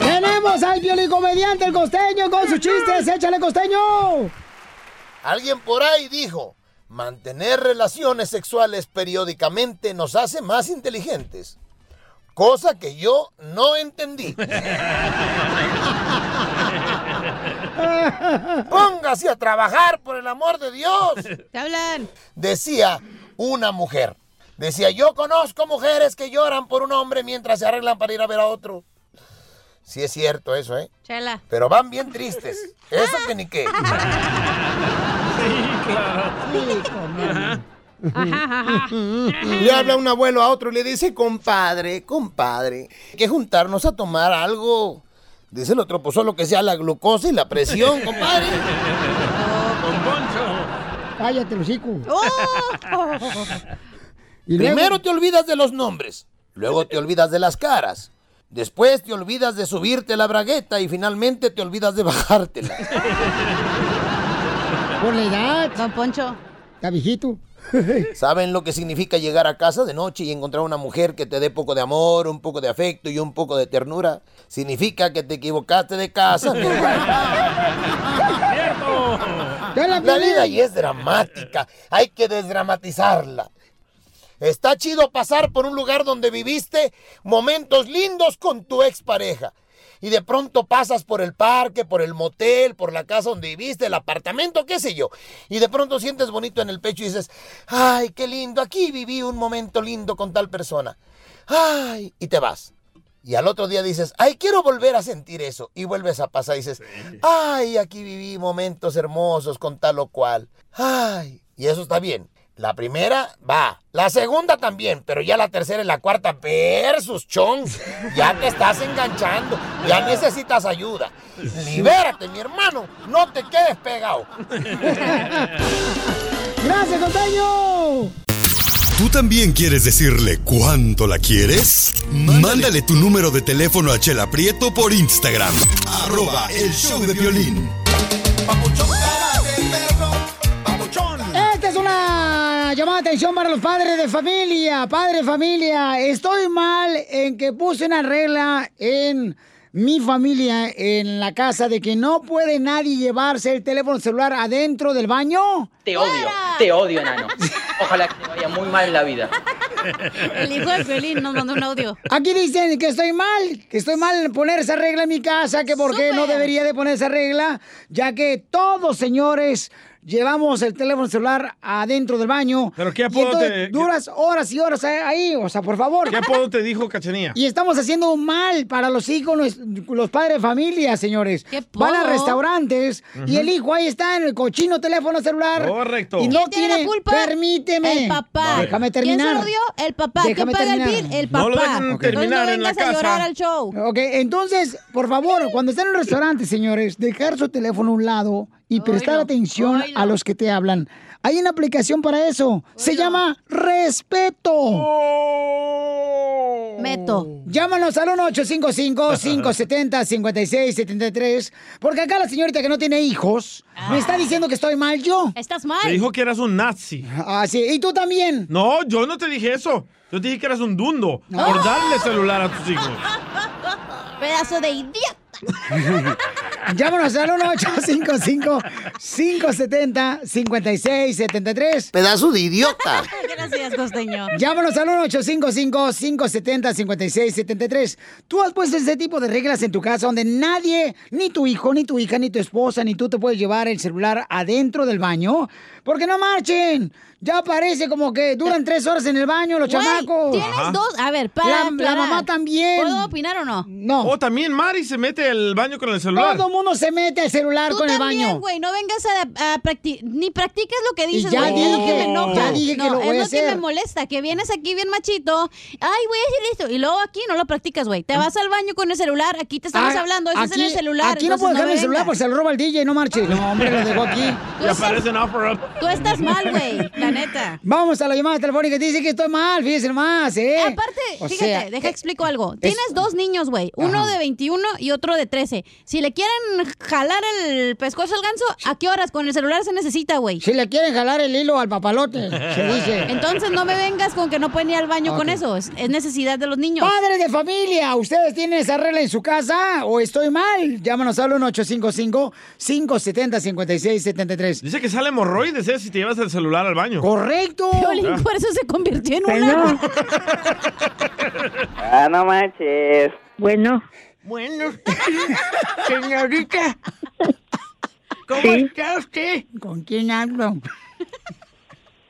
Speaker 1: Tenemos al violicomediante, el costeño, con sus chistes. Échale, costeño.
Speaker 14: Alguien por ahí dijo, mantener relaciones sexuales periódicamente nos hace más inteligentes. Cosa que yo no entendí. Póngase a trabajar, por el amor de Dios.
Speaker 2: Te hablan.
Speaker 14: Decía una mujer. Decía, yo conozco mujeres que lloran por un hombre mientras se arreglan para ir a ver a otro. Sí es cierto eso, ¿eh?
Speaker 2: Chela.
Speaker 14: Pero van bien tristes. Eso que ni qué. Le habla un abuelo a otro y le dice, compadre, compadre, hay que juntarnos a tomar algo. Dice el otro, pues solo que sea la glucosa y la presión, compadre.
Speaker 1: Cállate, Lucico.
Speaker 14: Y luego- Primero te olvidas de los nombres, luego te olvidas de las caras, después te olvidas de subirte la bragueta y finalmente te olvidas de bajártela.
Speaker 1: Por la edad.
Speaker 2: Don Poncho.
Speaker 1: Está viejito.
Speaker 14: ¿Saben lo que significa llegar a casa de noche y encontrar una mujer que te dé poco de amor, un poco de afecto y un poco de ternura? Significa que te equivocaste de casa. mi
Speaker 1: La
Speaker 14: vida ahí es dramática. Hay que desdramatizarla. Está chido pasar por un lugar donde viviste momentos lindos con tu expareja. Y de pronto pasas por el parque, por el motel, por la casa donde viviste, el apartamento, qué sé yo. Y de pronto sientes bonito en el pecho y dices, ay, qué lindo, aquí viví un momento lindo con tal persona. Ay, y te vas. Y al otro día dices, ay, quiero volver a sentir eso. Y vuelves a pasar y dices, ay, aquí viví momentos hermosos con tal o cual. Ay, y eso está bien. La primera va, la segunda también, pero ya la tercera y la cuarta versus chong. Ya te estás enganchando, ya necesitas ayuda. Libérate, mi hermano, no te quedes pegado.
Speaker 1: Gracias, costeño.
Speaker 7: ¿Tú también quieres decirle cuánto la quieres? Mándale tu número de teléfono a Chela Prieto por Instagram, arroba el show de violín.
Speaker 1: Esta es una llamada de atención para los padres de familia. Padre de familia, estoy mal en que puse una regla en mi familia, en la casa, de que no puede nadie llevarse el teléfono celular adentro del baño.
Speaker 3: Te odio, te odio, enano. Ojalá que te vaya muy mal en la vida.
Speaker 2: El hijo de Piolín nos mandó un audio.
Speaker 1: Aquí dicen que estoy mal, que estoy mal en poner esa regla en mi casa, que por qué no debería de poner esa regla, ya que todos, señores, llevamos el teléfono celular adentro del baño.
Speaker 22: ¿Pero qué
Speaker 1: Y
Speaker 22: apodo
Speaker 1: entonces
Speaker 22: te-
Speaker 1: Duras horas y horas ahí, o sea, por favor.
Speaker 22: ¿Qué apodo te dijo Cachanía?
Speaker 1: Y estamos haciendo un mal para los hijos, los- los padres de familia, señores. Van a
Speaker 22: poco.
Speaker 1: restaurantes y
Speaker 22: Ujú.
Speaker 1: el hijo ahí está en el cochino teléfono celular.
Speaker 22: Correcto.
Speaker 1: Y no
Speaker 2: ¿Quién tiene la
Speaker 1: tiene,
Speaker 2: culpa?
Speaker 1: Permíteme.
Speaker 2: El papá.
Speaker 1: Déjame terminar.
Speaker 2: ¿Quién se lo dio? El papá. ¿Quién
Speaker 1: Déjame
Speaker 2: paga el
Speaker 1: terminar.
Speaker 2: bill? El papá. Entonces no vengas a llorar al show.
Speaker 1: Ok, entonces, por favor, cuando estén en el restaurante, señores, dejar su teléfono a un lado y prestar atención a los que te hablan. Hay una aplicación para eso. Se llama Respeto.
Speaker 22: Oh.
Speaker 1: Meto. Llámanos al 1-855-570-5673. Porque acá la señorita que no tiene hijos me está diciendo que estoy Ah. mal yo.
Speaker 2: Estás
Speaker 5: Te dijo que eras un nazi.
Speaker 1: Ah, sí. ¿Y tú también?
Speaker 5: No, yo no te dije eso. Yo te dije que eras un dundo
Speaker 1: Ah.
Speaker 5: por darle celular a tus hijos.
Speaker 2: Pedazo de idiota.
Speaker 1: Llámanos al 1-855-570-5673.
Speaker 23: Pedazo de idiota.
Speaker 1: Ah,
Speaker 2: Gracias, costeño.
Speaker 1: Llámanos al 1-855-570-5673. Tú has puesto ese tipo de reglas en tu casa donde nadie, ni tu hijo, ni tu hija, ni tu esposa, ni tú te puedes llevar el celular adentro del baño. Porque no marchen. Ya parece como que duran tres horas en el baño los
Speaker 2: Güey,
Speaker 1: chamacos.
Speaker 2: Tienes dos. A ver, para.
Speaker 1: La- la mamá también.
Speaker 2: ¿Puedo opinar o no?
Speaker 1: No.
Speaker 5: O Oh, también Mari se mete al baño con el celular.
Speaker 1: Todo mundo se mete al celular
Speaker 2: Tú
Speaker 1: con el
Speaker 2: también,
Speaker 1: baño.
Speaker 2: güey, no vengas a, a practi- ni practiques lo que
Speaker 1: Y
Speaker 2: dices,
Speaker 1: ya
Speaker 2: güey, es lo que
Speaker 1: dije,
Speaker 2: me enoja.
Speaker 1: ya dije que
Speaker 2: No,
Speaker 1: lo voy
Speaker 2: es
Speaker 1: a
Speaker 2: lo que me
Speaker 1: hacer.
Speaker 2: molesta, que vienes aquí bien machito, ay, voy a decir esto, y luego aquí no lo practicas, güey. Te vas al baño con el celular, aquí te estamos
Speaker 1: Ah,
Speaker 2: hablando, eso es en el celular.
Speaker 1: Aquí no
Speaker 2: entonces
Speaker 1: puedo dejar el
Speaker 2: vengas.
Speaker 1: celular porque se lo roba el DJ, no marche. No, hombre, lo dejo aquí.
Speaker 5: Y aparece en Offer Up.
Speaker 2: Tú estás mal, güey, la neta.
Speaker 1: Vamos a la llamada telefónica. Dice que estoy mal, fíjense más, ¿eh?
Speaker 2: Aparte,
Speaker 1: O
Speaker 2: fíjate,
Speaker 1: sea,
Speaker 2: deja
Speaker 1: eh,
Speaker 2: explico algo. Tienes dos niños, güey. Uno de 21 y otro de 13. Si le quieren jalar el pescozo al ganso, ¿a qué horas? Con el celular se necesita, güey.
Speaker 1: Si le quieren jalar el hilo al papalote, se dice.
Speaker 2: Entonces no me vengas con que no pueden ir al baño con
Speaker 1: Ok.
Speaker 2: eso. Es, es necesidad de los niños.
Speaker 1: Padres de familia, ¿ustedes tienen esa regla en su casa o estoy mal? Llámanos al 1-855-570-5673.
Speaker 5: Dice que sale hemorroides ¿eh? si te llevas el celular al baño.
Speaker 1: ¡Correcto!
Speaker 2: Piolín, por eso se convirtió en una.
Speaker 15: Ah, no manches. Bueno,
Speaker 1: Bueno, señorita,
Speaker 15: ¿cómo Sí.
Speaker 1: está usted? ¿Con quién hablo?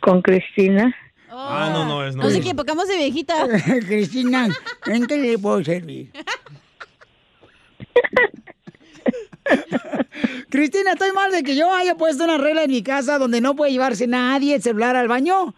Speaker 15: con Cristina.
Speaker 5: Ah, no, no es, no.
Speaker 2: No sé
Speaker 5: es.
Speaker 2: qué, pocamos de viejita.
Speaker 1: Cristina, ¿en qué le puedo servir? Cristina, ¿estoy mal de que yo haya puesto una regla en mi casa donde no puede llevarse nadie el celular al baño?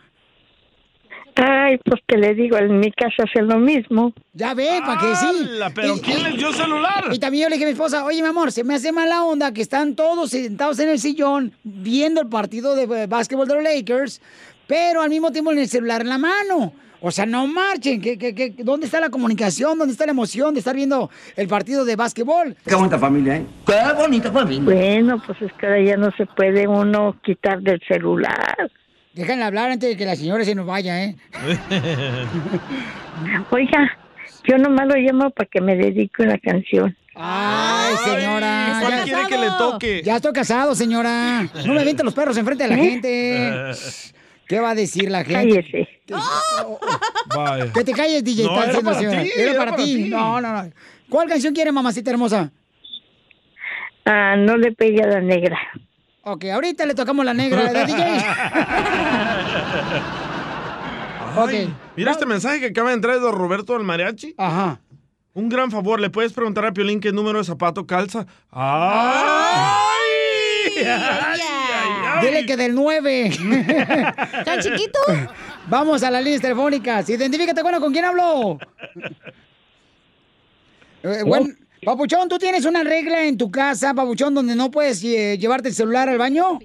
Speaker 15: Ay, pues te le digo, en mi casa es lo mismo.
Speaker 1: Ya ve, ¿para qué
Speaker 2: Ah,
Speaker 1: sí?
Speaker 15: ¿Pero quién les dio celular?
Speaker 1: Y también yo le dije a mi esposa, oye, mi amor, se me hace mala onda que están todos sentados en el sillón viendo el partido de eh, básquetbol de los Lakers, pero al mismo tiempo en el celular en la mano. O sea, no marchen. ¿Qué, qué, qué? dónde está la comunicación? ¿Dónde está la emoción de estar viendo el partido de básquetbol?
Speaker 15: Qué bonita familia, ¿eh? Qué bonita familia. Bueno, pues es que ahora ya no se puede uno quitar del celular.
Speaker 1: Déjenle hablar antes de que la señora se nos vaya, ¿eh?
Speaker 15: Oiga, yo nomás lo llamo para que me dedique una canción.
Speaker 1: Ay, señora.
Speaker 15: ¿cuál
Speaker 1: Ah, ya-
Speaker 15: quiere que le toque?
Speaker 1: Ya estoy casado, señora. No me avienten los perros enfrente de la gente. ¿Qué va a decir la gente?
Speaker 15: ¿Eh? Cállese.
Speaker 5: Vaya.
Speaker 1: Que te calles, DJ.
Speaker 15: No, era
Speaker 1: está diciendo la
Speaker 15: para
Speaker 1: señora.
Speaker 15: ti,
Speaker 1: Era
Speaker 15: era
Speaker 1: para
Speaker 15: para
Speaker 1: ti.
Speaker 15: ti.
Speaker 1: No, no, no. ¿Cuál canción quiere, mamacita hermosa?
Speaker 15: Ah, no le pegue a la negra.
Speaker 1: Ok, ahorita le tocamos la negra, ¿verdad, DJ?
Speaker 5: Ay, Mira este mensaje que acaba de entrar de Roberto del Mariachi.
Speaker 1: Ajá.
Speaker 5: Un gran favor, ¿le puedes preguntar a Piolín qué número de zapato calza? ¡Ay! ay,
Speaker 1: Dile que del 9. ¿Tan chiquito? Vamos a las líneas telefónicas. Identifícate, bueno, ¿con quién hablo? Eh,
Speaker 15: Oh.
Speaker 1: bueno, Papuchón, ¿tú tienes una regla en tu casa, Papuchón, donde no puedes eh, llevarte el celular al baño?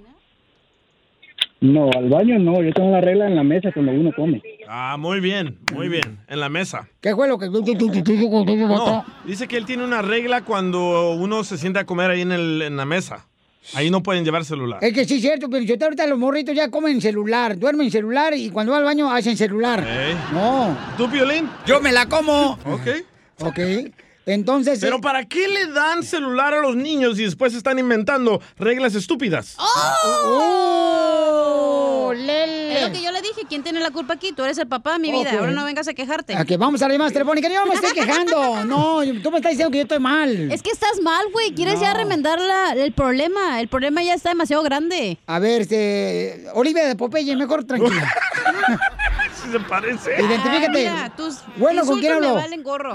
Speaker 24: No, al baño no, yo tengo una regla en la mesa cuando uno come.
Speaker 5: Ah, muy bien, muy bien. En la mesa.
Speaker 1: ¿Qué fue lo que...? No.
Speaker 5: No, dice que él tiene una regla cuando uno se sienta a comer ahí en, el- en la mesa. Ahí no pueden llevar celular.
Speaker 1: Es que sí es cierto, pero yo ahorita los morritos ya comen celular, duermen celular y cuando va al baño hacen celular.
Speaker 5: ¿Eh?
Speaker 1: No.
Speaker 5: ¿Tú, Piolín?
Speaker 1: Yo me la como.
Speaker 5: Ok.
Speaker 1: Ok. Entonces... eh,
Speaker 5: Pero ¿para qué le dan celular a los niños y después están inventando reglas estúpidas?
Speaker 1: ¡Oh! Lele.
Speaker 2: Es lo que yo le dije. ¿Quién tiene la culpa aquí? Tú eres el papá, mi vida.
Speaker 1: Ok.
Speaker 2: Ahora no vengas a quejarte.
Speaker 1: A que vamos a las llamadas telefónicas. Yo me estoy quejando. No, tú me estás diciendo que yo estoy mal.
Speaker 2: Es que estás mal, güey. Quieres ya remendar la- el problema. El problema ya está demasiado grande.
Speaker 1: A ver, este. Olivia de Popeye, mejor tranquila.
Speaker 5: Si se parece.
Speaker 1: Identifícate.
Speaker 2: Ah, mira, tus
Speaker 1: bueno, ¿con quién
Speaker 2: insultos
Speaker 1: hablo?
Speaker 2: me valen gorro.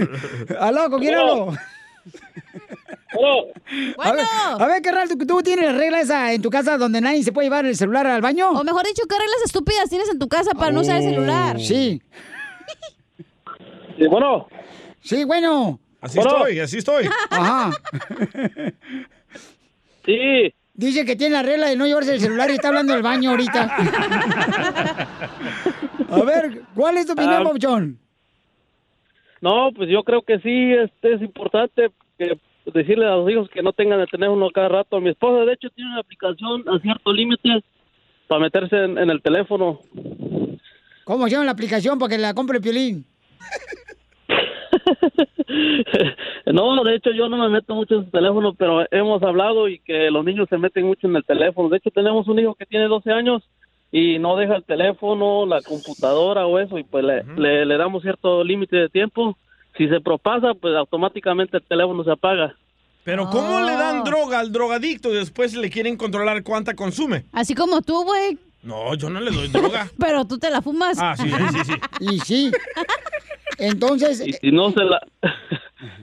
Speaker 1: Aló, ¿con quién hablo? A ver, a ver, carnal, ¿tú, tú tienes la regla esa en tu casa donde nadie se puede llevar el celular al baño?
Speaker 2: O mejor dicho, ¿qué reglas estúpidas tienes en tu casa Ah, para no usar el celular?
Speaker 1: Sí.
Speaker 24: Sí, bueno.
Speaker 1: Sí, bueno.
Speaker 5: Así estoy, así estoy.
Speaker 1: Ajá.
Speaker 24: Sí,
Speaker 9: Dice que tiene la regla de no llevarse el celular y está hablando del baño ahorita. A ver, ¿cuál es tu opinión,
Speaker 17: Ah.
Speaker 9: Bobchón?
Speaker 17: No, pues yo creo que sí, este es importante que decirle a los hijos que no tengan el teléfono cada rato. Mi esposa, de hecho, tiene una aplicación a cierto límite para meterse en, en el teléfono.
Speaker 9: ¿Cómo se llama la aplicación para que la compre Piolín?
Speaker 17: No, de hecho, yo no me meto mucho en su teléfono, pero hemos hablado y que los niños se meten mucho en el teléfono. De hecho, tenemos un hijo que tiene 12 años y no deja el teléfono, la computadora o eso, y pues le, le- le damos cierto límite de tiempo. Si se propasa, pues automáticamente el teléfono se apaga.
Speaker 5: Pero ¿cómo le
Speaker 1: Ah.
Speaker 5: dan droga al drogadicto y después le quieren controlar cuánta consume?
Speaker 2: Así como tú, güey,
Speaker 5: No, yo no le doy droga.
Speaker 2: pero tú te la fumas.
Speaker 5: Ah, sí, sí, sí. sí.
Speaker 9: Y sí. Entonces,
Speaker 17: Si no se la,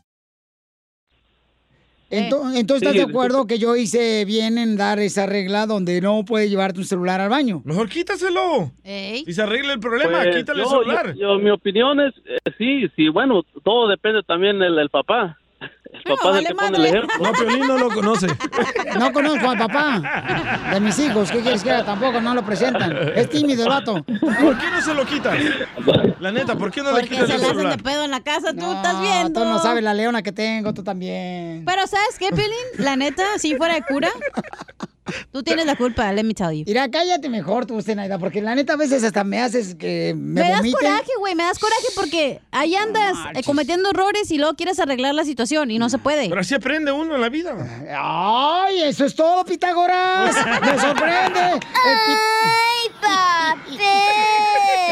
Speaker 2: Eh.
Speaker 9: ento- entonces
Speaker 8: Sí,
Speaker 9: estás de
Speaker 8: disculpa.
Speaker 9: acuerdo que yo hice bien en dar esa regla donde no puedes llevar tu celular al baño.
Speaker 5: Mejor quítaselo. Y se arregla el problema,
Speaker 17: Pues,
Speaker 5: quítale el
Speaker 17: yo-
Speaker 5: celular.
Speaker 17: yo- yo- mi opinión es, eh, sí, sí, bueno, todo depende también del del papá. El papá es el que pone el ejemplo.
Speaker 5: No, Piolín no lo conoce.
Speaker 9: No conozco al papá de mis hijos. ¿Qué quieres que haga? Tampoco no lo presentan. Es tímido el vato.
Speaker 5: ¿Por qué no se lo quitas? La neta, ¿por qué no le
Speaker 2: Porque
Speaker 5: quitas
Speaker 2: se
Speaker 5: el
Speaker 2: la hacen de
Speaker 5: celular?
Speaker 2: pedo en la casa, tú estás
Speaker 9: Ah,
Speaker 2: viendo.
Speaker 9: tú no sabes la leona que tengo, tú también.
Speaker 2: Pero ¿sabes qué, Pelín? La neta, si fuera de cura, tú tienes la culpa, let me tell you.
Speaker 9: Mira, cállate mejor tú, Zenaida, porque la neta a veces hasta me haces que me,
Speaker 2: Me, das
Speaker 9: vomite.
Speaker 2: coraje, güey, me das coraje porque ahí andas eh, cometiendo errores y luego quieres arreglar la situación y no se puede. Pero
Speaker 5: así aprende uno en la vida.
Speaker 9: ¡Ay, eso es todo, Pitágoras! ¡Me sorprende! ¡Ay,
Speaker 2: papi!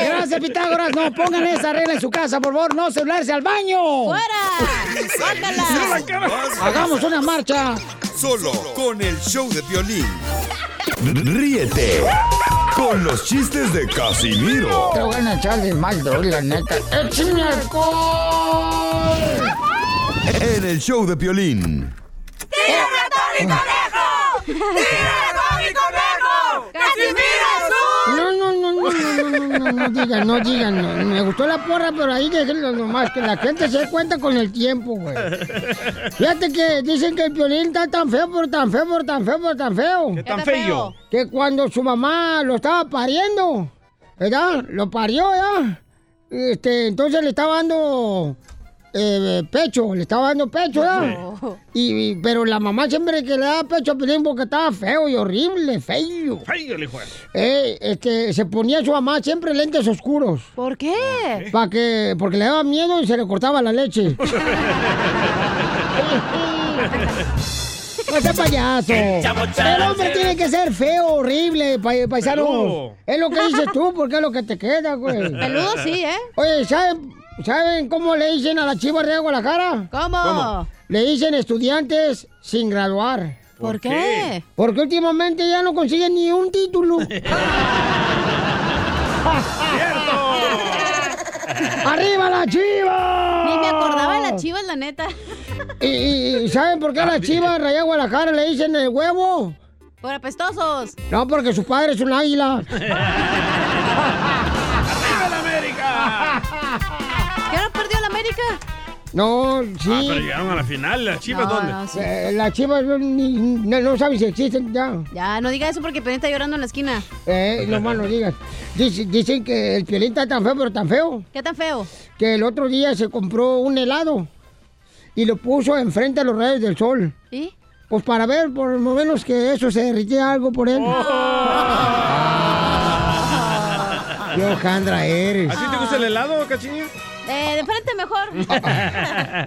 Speaker 9: Gracias, Pitágoras. No, pongan esa regla en su casa, por favor. No celularse al baño. Eh, Hagamos una marcha.
Speaker 7: Solo con el show de violín. Ríete con los chistes de Casimiro
Speaker 9: Te voy a echar de mal, doy, la neta. ¡Eh, ¡Échame alcohol!
Speaker 7: en el show de violín.
Speaker 1: No, no, no, no, no, no, no, no, no digan, no digan. no. Me gustó la porra, pero ahí déjenlo nomás, que la gente se dé cuenta con el tiempo, güey. Fíjate que dicen que el violín está tan feo, pero tan feo, pero tan feo, pero tan feo.
Speaker 5: ¿Qué tan feo?
Speaker 1: Que cuando su mamá lo estaba pariendo, ¿verdad? Lo parió, ¿verdad? Este, entonces le estaba dando eh, pecho, le estaba dando pecho, ¿verdad? Y, y- pero la mamá siempre que le daba pecho a Piolín porque estaba feo y horrible, feo.
Speaker 5: Feo el hijo. de-
Speaker 1: Eh, este, se ponía su mamá siempre lentes oscuros.
Speaker 2: ¿Por qué?
Speaker 1: Pa que, porque le daba miedo y se le cortaba la leche. No sea payaso.
Speaker 20: El chavo
Speaker 1: El hombre
Speaker 20: chavo.
Speaker 1: tiene que ser feo, horrible, pa- paisano.
Speaker 20: Peludo.
Speaker 1: Es lo que dices tú, porque es lo que te queda, güey.
Speaker 20: Peludo sí, ¿eh?
Speaker 1: Oye, ¿saben, ¿saben cómo le dicen a las chivas de Guadalajara?
Speaker 20: ¿Cómo?
Speaker 1: Le dicen estudiantes sin graduar.
Speaker 20: ¿Por qué? qué?
Speaker 1: Porque últimamente ya no consiguen ni un título. ¡Arriba la chiva!
Speaker 2: Ni me acordaba de las chivas, la neta.
Speaker 1: ¿Y, y- y saben por qué a las chivas de allá de Guadalajara le dicen el huevo?
Speaker 2: Por apestosos.
Speaker 1: No, porque su padre es un águila.
Speaker 20: ¡Arriba la América!
Speaker 2: ¿Qué ahora perdió la América?
Speaker 1: No, sí.
Speaker 5: Ah, pero llegaron a la final. ¿Las chivas
Speaker 2: No,
Speaker 5: dónde?
Speaker 2: no, Ah, sí.
Speaker 1: Eh, las chivas no, ni- no, no saben si existen ya.
Speaker 2: Ya, Ah, no diga eso porque Pelín está llorando en la esquina.
Speaker 1: Eh, no más no digas. Dice- dicen que el piolín está tan feo, pero tan feo.
Speaker 2: ¿Qué tan feo?
Speaker 1: Que el otro día se compró un helado y lo puso enfrente a los rayos del sol.
Speaker 2: ¿Y?
Speaker 1: Pues para ver, por lo menos que eso se derrite algo por él.
Speaker 5: Oh. Ah.
Speaker 1: ¡Qué hojandra eres!
Speaker 5: ¿A ti te gusta el helado, cachinilla?
Speaker 2: Eh, de frente mejor.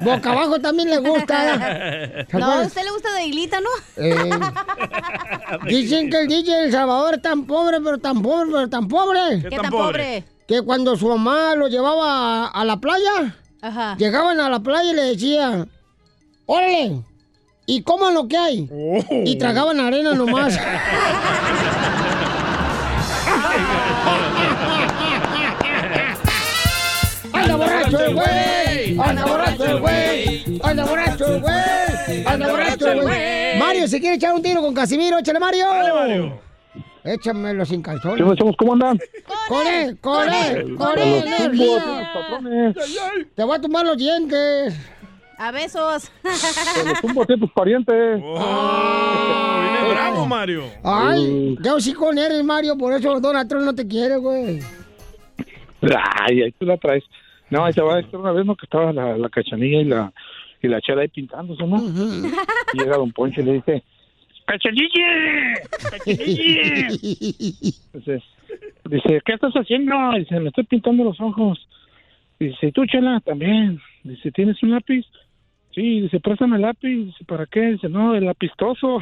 Speaker 1: Boca abajo también le gusta. ¿Te
Speaker 2: No, a
Speaker 1: acuerdas?
Speaker 2: usted le gusta de hilita, ¿no?
Speaker 1: Eh, dicen que el DJ de El Salvador es tan pobre, pero tan pobre, pero tan pobre.
Speaker 2: ¿Qué tan pobre?
Speaker 1: Que cuando su mamá lo llevaba a, a la playa,
Speaker 2: Ajá.
Speaker 1: llegaban a la playa y le decían, órale, y coman lo que hay. Y tragaban arena nomás. ¡Anda borracho el güey! ¡Anda borracho el güey! ¡Anda borracho el güey! ¡Anda borracho el güey! Mario, si quiere echar un tiro con Casimiro, échale Mario. Mario. Échamelo sin
Speaker 13: ¿Qué
Speaker 1: calzones.
Speaker 13: más, chavos? ¿Cómo andan?
Speaker 1: Con él, con él, con
Speaker 13: Con
Speaker 1: él,
Speaker 13: los
Speaker 1: energía.
Speaker 13: tumbos, patrones.
Speaker 1: Te voy a tumbar los dientes.
Speaker 2: A besos.
Speaker 13: Con los tumbos de tus parientes.
Speaker 5: Oh, Viene bravo, Mario.
Speaker 1: Eh, Ay, yo sí con eres, Mario, por eso Donald Trump no te quiere, güey.
Speaker 13: Ay, ahí tú la traes. No, ahí te va a estar una vez, ¿no? Que estaba la, la cachanilla y la, y la chela ahí pintándose, ¿no? Y llega Don Poncho y le dice, ¡Cachanilla! ¡Cachanilla! Entonces, dice, ¿qué estás haciendo? Dice, me estoy pintando los ojos. Dice, ¿y tú, chela? También. Dice, ¿tienes un lápiz? Sí, dice, préstame el lápiz. Dice, ¿para qué? Dice, no, el lapistoso.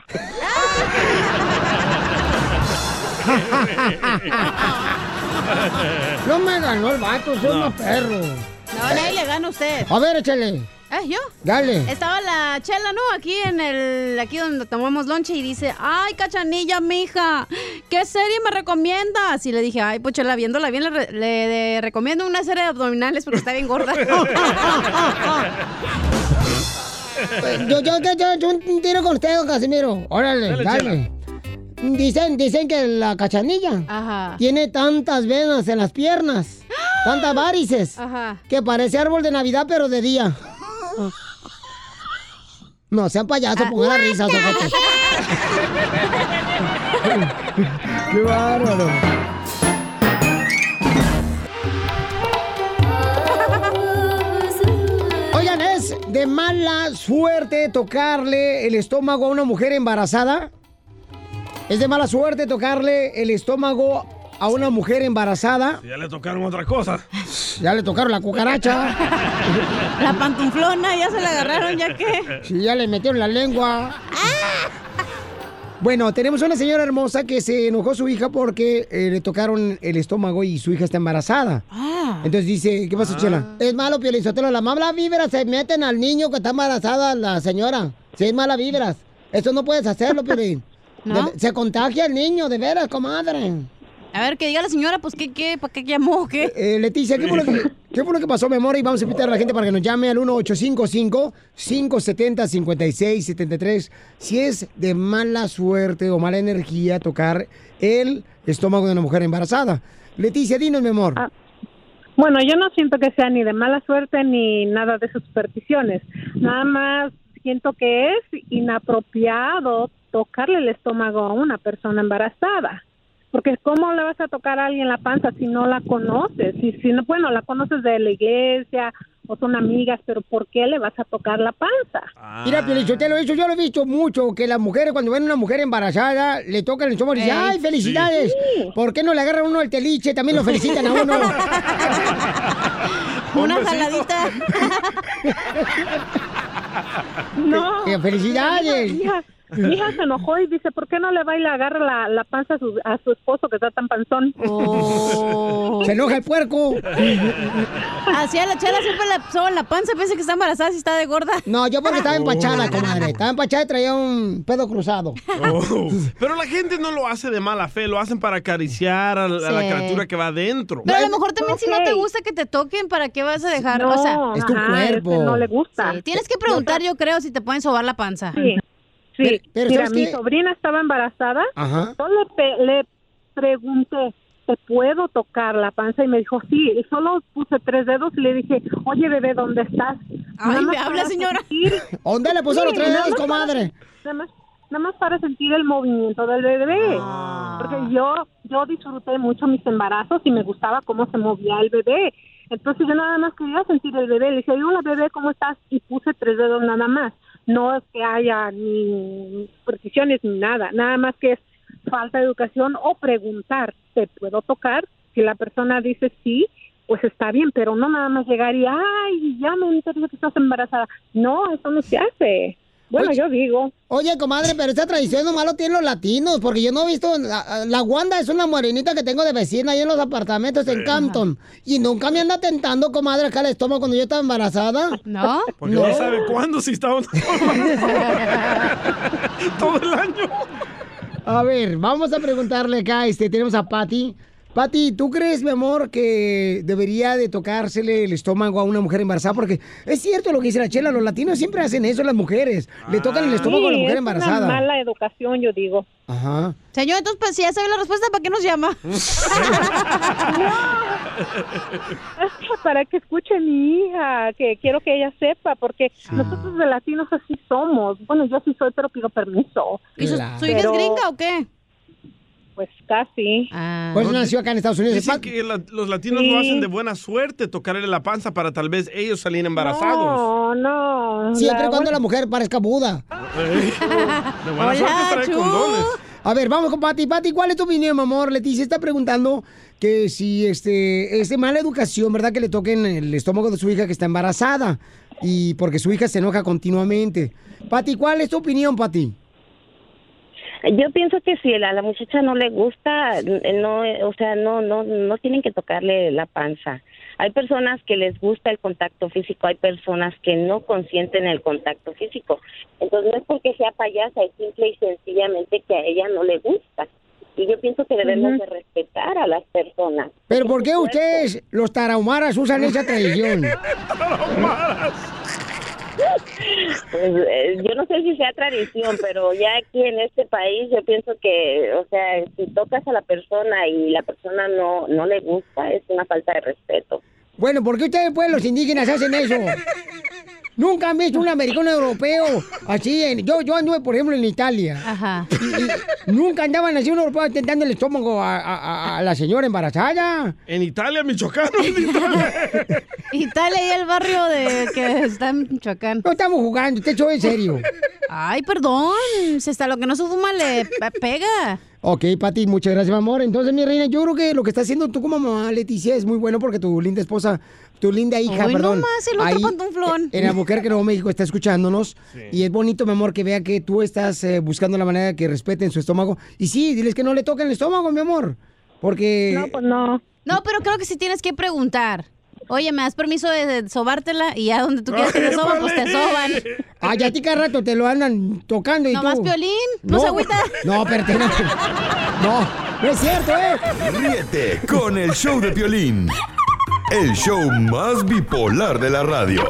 Speaker 1: No me ganó el vato, soy
Speaker 2: No.
Speaker 1: más perro.
Speaker 2: No, nadie le gana a usted.
Speaker 1: A ver, échale.
Speaker 2: ¿Eh, yo?
Speaker 1: Dale.
Speaker 2: Estaba la chela, ¿no? Aquí en el, aquí donde tomamos lonche y dice, ay, cachanilla, mija, ¿qué serie me recomiendas? Y le dije, ay, pues chela, viéndola bien, le, re- le- le recomiendo una serie de abdominales porque está bien gorda.
Speaker 1: Yo, yo, yo, yo, yo un tiro con usted, don Casimiro. Órale,
Speaker 2: Dale,
Speaker 1: dale. Dicen, dicen que la cachanilla tiene tantas venas en las piernas, tantas varices,
Speaker 2: Ajá.
Speaker 1: que parece árbol de Navidad, pero de día. No, sean payasos, pongan la risa, sócate. ¡Qué bárbaro! Oigan, ¿es de mala suerte tocarle el estómago a una mujer embarazada? ¿Es de mala suerte tocarle el estómago a una mujer embarazada?
Speaker 5: Ya le tocaron otra cosa.
Speaker 1: Ya le tocaron la cucaracha,
Speaker 2: la pantuflona, ya se la agarraron, ya que.
Speaker 1: sí, ya le metieron la lengua. Bueno, tenemos una señora hermosa que se enojó su hija porque eh, le tocaron el estómago y su hija está embarazada.
Speaker 2: Ah.
Speaker 1: Entonces dice, ¿qué pasa, Chela? Es malo, Piolizotelo. La mala vibra se meten al niño que está embarazada la señora. Si es mala vibras. Eso no puedes hacerlo, Piolín.
Speaker 2: ¿No?
Speaker 1: De- se contagia el niño, de veras, comadre.
Speaker 2: A ver, que diga la señora, pues, ¿qué, qué, para qué llamó, qué?
Speaker 1: Eh, Leticia, ¿qué fue, lo que, qué fue lo que pasó, mi amor? Y vamos a invitar a la gente para que nos llame al 1855-570-5673 si es de mala suerte o mala energía tocar el estómago de una mujer embarazada. Leticia, dinos, mi amor.
Speaker 11: Bueno, yo no siento que sea ni de mala suerte ni nada de sus supersticiones. Nada más siento que es inapropiado tocarle el estómago a una persona embarazada. Porque ¿cómo le vas a tocar a alguien la panza si no la conoces? Si, si no, bueno, la conoces de la iglesia o son amigas, pero ¿por qué le vas a tocar la panza?
Speaker 1: Mira, Piolichotelo, eso yo lo he visto mucho, que las mujeres, cuando ven a una mujer embarazada, le tocan el estómago y dicen,
Speaker 11: Ey,
Speaker 1: ¡ay, felicidades! ¿Por qué no le agarran uno el teliche? También lo felicitan a uno.
Speaker 2: Una jaladita.
Speaker 11: No.
Speaker 1: Eh, felicidades.
Speaker 11: Mi hija, mi hija se enojó y dice, ¿por qué no le va y le agarra la, la panza a su, a su esposo que está tan panzón?
Speaker 1: Se enoja el puerco.
Speaker 2: Así a la chela siempre le soban la panza, pensé que está embarazada si está de gorda.
Speaker 1: No, yo porque estaba empachada, comadre. Estaba empachada y traía un pedo cruzado.
Speaker 5: Oh. Pero la gente no lo hace de mala fe, lo hacen para acariciar a la, a la
Speaker 1: Sí.
Speaker 5: criatura que va adentro.
Speaker 2: Pero a lo mejor también si no te gusta que te toquen, ¿para qué vas a dejar? o sea,
Speaker 11: No, Es tu ajá, cuerpo. ese no le gusta.
Speaker 2: Sí, tienes que preguntar, yo creo, si te pueden sobar la panza.
Speaker 11: Sí, sí.
Speaker 2: Pero- pero
Speaker 11: Mira,
Speaker 2: ¿sabes
Speaker 11: mi
Speaker 2: qué?
Speaker 11: sobrina estaba embarazada.
Speaker 2: Ajá.
Speaker 11: Yo le, pe- le pregunté, ¿te puedo tocar la panza? Y me dijo, sí. Y solo puse tres dedos y le dije, oye, bebé, ¿dónde estás? Nada
Speaker 2: Ay, me
Speaker 11: más
Speaker 2: habla,
Speaker 11: para
Speaker 2: señora.
Speaker 1: ¿Dónde le puso los tres
Speaker 11: nada más
Speaker 1: dedos,
Speaker 11: para-
Speaker 1: comadre?
Speaker 11: Nada más, nada más para sentir el movimiento del bebé.
Speaker 1: Ah.
Speaker 11: Porque yo, yo disfruté mucho mis embarazos y me gustaba cómo se movía el bebé. Entonces yo nada más quería sentir el bebé. Le dije, hola bebé, ¿cómo estás? Y puse tres dedos nada más. no es que haya ni precisiones ni nada, nada más que es falta de educación o preguntar, ¿te puedo tocar? Si la persona dice sí, pues está bien, pero no nada más llegar y, ay, ya me enteré que estás embarazada. No, eso no se hace. Bueno, yo digo.
Speaker 1: Oye, comadre, pero esta tradición nomás lo tienen los latinos, porque yo no he visto. La, la Wanda es una morenita que tengo de vecina ahí en los apartamentos en Campton. Y nunca me anda tentando, comadre, acá el estómago cuando yo estaba embarazada.
Speaker 2: ¿No?
Speaker 5: Porque no, sabe cuándo si está
Speaker 1: Todo el año. A ver, vamos a preguntarle acá, este, tenemos a Patty. Patty, ¿tú crees, mi amor, que debería de tocársele el estómago a una mujer embarazada? Porque es cierto lo que dice la chela, los latinos siempre hacen eso, las mujeres. Le tocan el estómago a la
Speaker 11: Sí,
Speaker 1: mujer
Speaker 11: es una
Speaker 1: embarazada.
Speaker 11: mala educación, yo digo.
Speaker 1: Ajá.
Speaker 2: Señor, entonces pues si ya sabe la respuesta, ¿para qué nos llama?
Speaker 11: "Ah, para que escuche a mi hija, que quiero que ella sepa, porque nosotros de latinos así somos. Bueno, yo sí soy, pero pido permiso.
Speaker 2: ¿Y su- su hija es gringa
Speaker 11: o qué? Pues casi.
Speaker 5: Ah.
Speaker 1: Pues nació acá en Estados Unidos.
Speaker 5: Dicen que la- los latinos
Speaker 11: Sí.
Speaker 5: lo hacen de buena suerte, tocarle la panza para tal vez ellos salir embarazados.
Speaker 11: No, no.
Speaker 1: Siempre
Speaker 5: la-
Speaker 1: cuando la mujer parezca Buda.
Speaker 5: Eh, De buena suerte trae condones.
Speaker 1: A ver, vamos con Pati. Pati, ¿cuál es tu opinión, mi amor? Leticia está preguntando que si este es de mala educación, ¿verdad? Que le toquen el estómago de su hija que está embarazada y porque su hija se enoja continuamente. Pati, ¿cuál es tu opinión, Pati?
Speaker 15: Yo pienso que si a la muchacha no le gusta, n- no, eh, o sea, no, no, no tienen que tocarle la panza. Hay personas que les gusta el contacto físico, hay personas que no consienten el contacto físico. Entonces no es porque sea payasa, es simple y sencillamente que a ella no le gusta. Y yo pienso que debemos
Speaker 1: Ujú.
Speaker 15: de respetar a las personas.
Speaker 1: Pero ¿por qué ustedes, los tarahumaras, usan esa tradición?
Speaker 15: Pues, eh, yo no sé si sea tradición, pero ya aquí en este país yo pienso que, o sea, si tocas a la persona y la persona no, no le gusta, es una falta de respeto.
Speaker 1: Bueno, ¿por qué ustedes, pues, los indígenas hacen eso? Nunca han visto un americano europeo así. en- yo, yo anduve, por ejemplo, en Italia.
Speaker 2: Ajá.
Speaker 1: Y nunca andaban así un europeo tentando el estómago a, a- a- a la señora embarazada.
Speaker 5: En Italia, Michoacán.
Speaker 2: y tal ahí el barrio de que está en Michoacán.
Speaker 1: No estamos jugando, te hecho en serio.
Speaker 2: Ay, perdón. Se está lo que no se fuma le pe- pega.
Speaker 1: Ok, Pati, muchas gracias, mi amor. Entonces, mi reina, yo creo que lo que está haciendo tú como mamá, Leticia, es muy bueno porque tu linda esposa, tu linda hija,
Speaker 2: Hoy
Speaker 1: perdón. eh,
Speaker 2: nomás el otro pantuflón.
Speaker 1: En la mujer que Nuevo México está escuchándonos. Y es bonito, mi amor, que vea que tú estás eh, buscando la manera de que respeten su estómago. Y sí, diles que no le toquen el estómago, mi amor. Porque. No,
Speaker 11: pues no.
Speaker 2: No, pero creo que sí tienes que preguntar. Oye, ¿me das permiso de de sobártela? Y ya donde tú quieras que te soban, pues te soban.
Speaker 1: Ay, Ah, ya a ti cada rato te lo andan tocando y
Speaker 2: Nomás
Speaker 1: tú.
Speaker 2: Piolín, no se agüita.
Speaker 1: No, pero te- No, no es cierto, ¿eh?
Speaker 7: Ríete con el show de Piolín. El show más bipolar de la radio.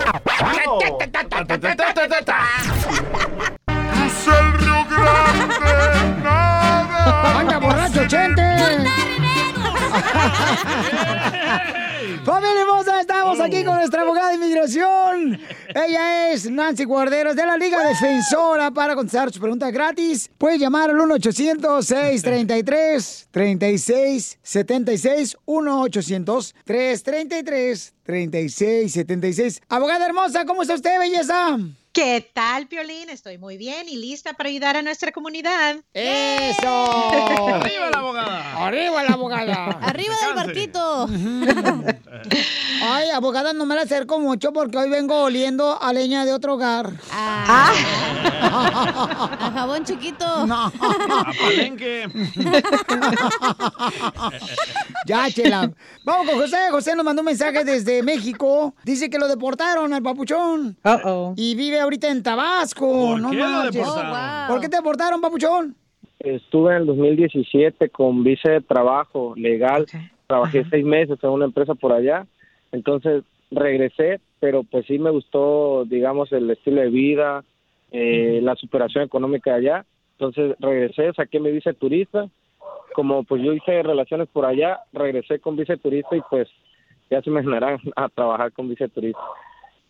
Speaker 20: Es el Río Grande, nada.
Speaker 1: ¡Anda borracho, gente! ¡Familia hermosa! Estamos aquí con nuestra abogada de inmigración. Ella es Nancy Guarderos de la Liga Defensora para contestar sus preguntas gratis. Puedes llamar al 1-800-633-3676. 1-800-333-3676. Abogada hermosa, ¿cómo está usted, belleza?
Speaker 16: ¿Qué tal, Piolín? Estoy muy bien y lista para ayudar a nuestra comunidad.
Speaker 1: ¡Eso!
Speaker 16: ¡Arriba
Speaker 1: la abogada! ¡Arriba la abogada!
Speaker 2: Arriba del barquito.
Speaker 1: Ay, abogada, no me la acerco mucho porque hoy vengo oliendo a leña de otro hogar.
Speaker 2: Ah.
Speaker 24: Ah.
Speaker 2: A jabón chiquito.
Speaker 1: No.
Speaker 5: A palenque.
Speaker 1: ya, chela. Vamos con José. José nos mandó un mensaje desde México. Dice que lo deportaron al papuchón. Y vive ahorita en Tabasco.
Speaker 24: ¿Por
Speaker 1: no
Speaker 24: qué lo
Speaker 1: marches.
Speaker 2: Oh,
Speaker 24: deportaron?
Speaker 1: ¿Por qué te deportaron, papuchón?
Speaker 24: Estuve en el 2017 con visa de trabajo legal. Trabajé seis meses en una empresa por allá. Entonces regresé, pero pues sí me gustó, digamos, el estilo de vida, eh, la superación económica de allá. Entonces regresé, saqué mi visa de turista. Como pues yo hice relaciones por allá, regresé con visa de turista y pues ya se me generan a trabajar con visa de turista.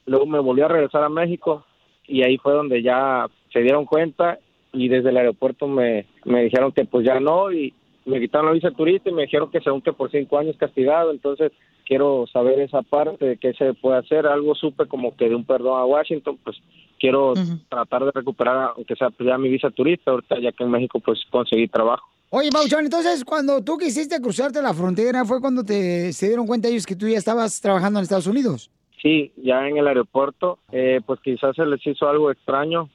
Speaker 24: Luego me volví a regresar a México y ahí fue donde ya se dieron cuenta y desde el aeropuerto me, me dijeron que pues ya no y me quitaron la visa de turista y me dijeron que según que por cinco años castigado, entonces quiero saber esa parte de qué se puede hacer, algo supe como que de un perdón a Washington, pues quiero tratar de recuperar, aunque sea pues, ya mi visa turista, ahorita ya que en México pues conseguí trabajo.
Speaker 1: Oye, Mauchón, entonces cuando tú quisiste cruzarte la frontera fue cuando te se dieron cuenta ellos que tú ya estabas trabajando en Estados Unidos.
Speaker 24: Sí, ya en el aeropuerto, eh, pues quizás se les hizo algo extraño.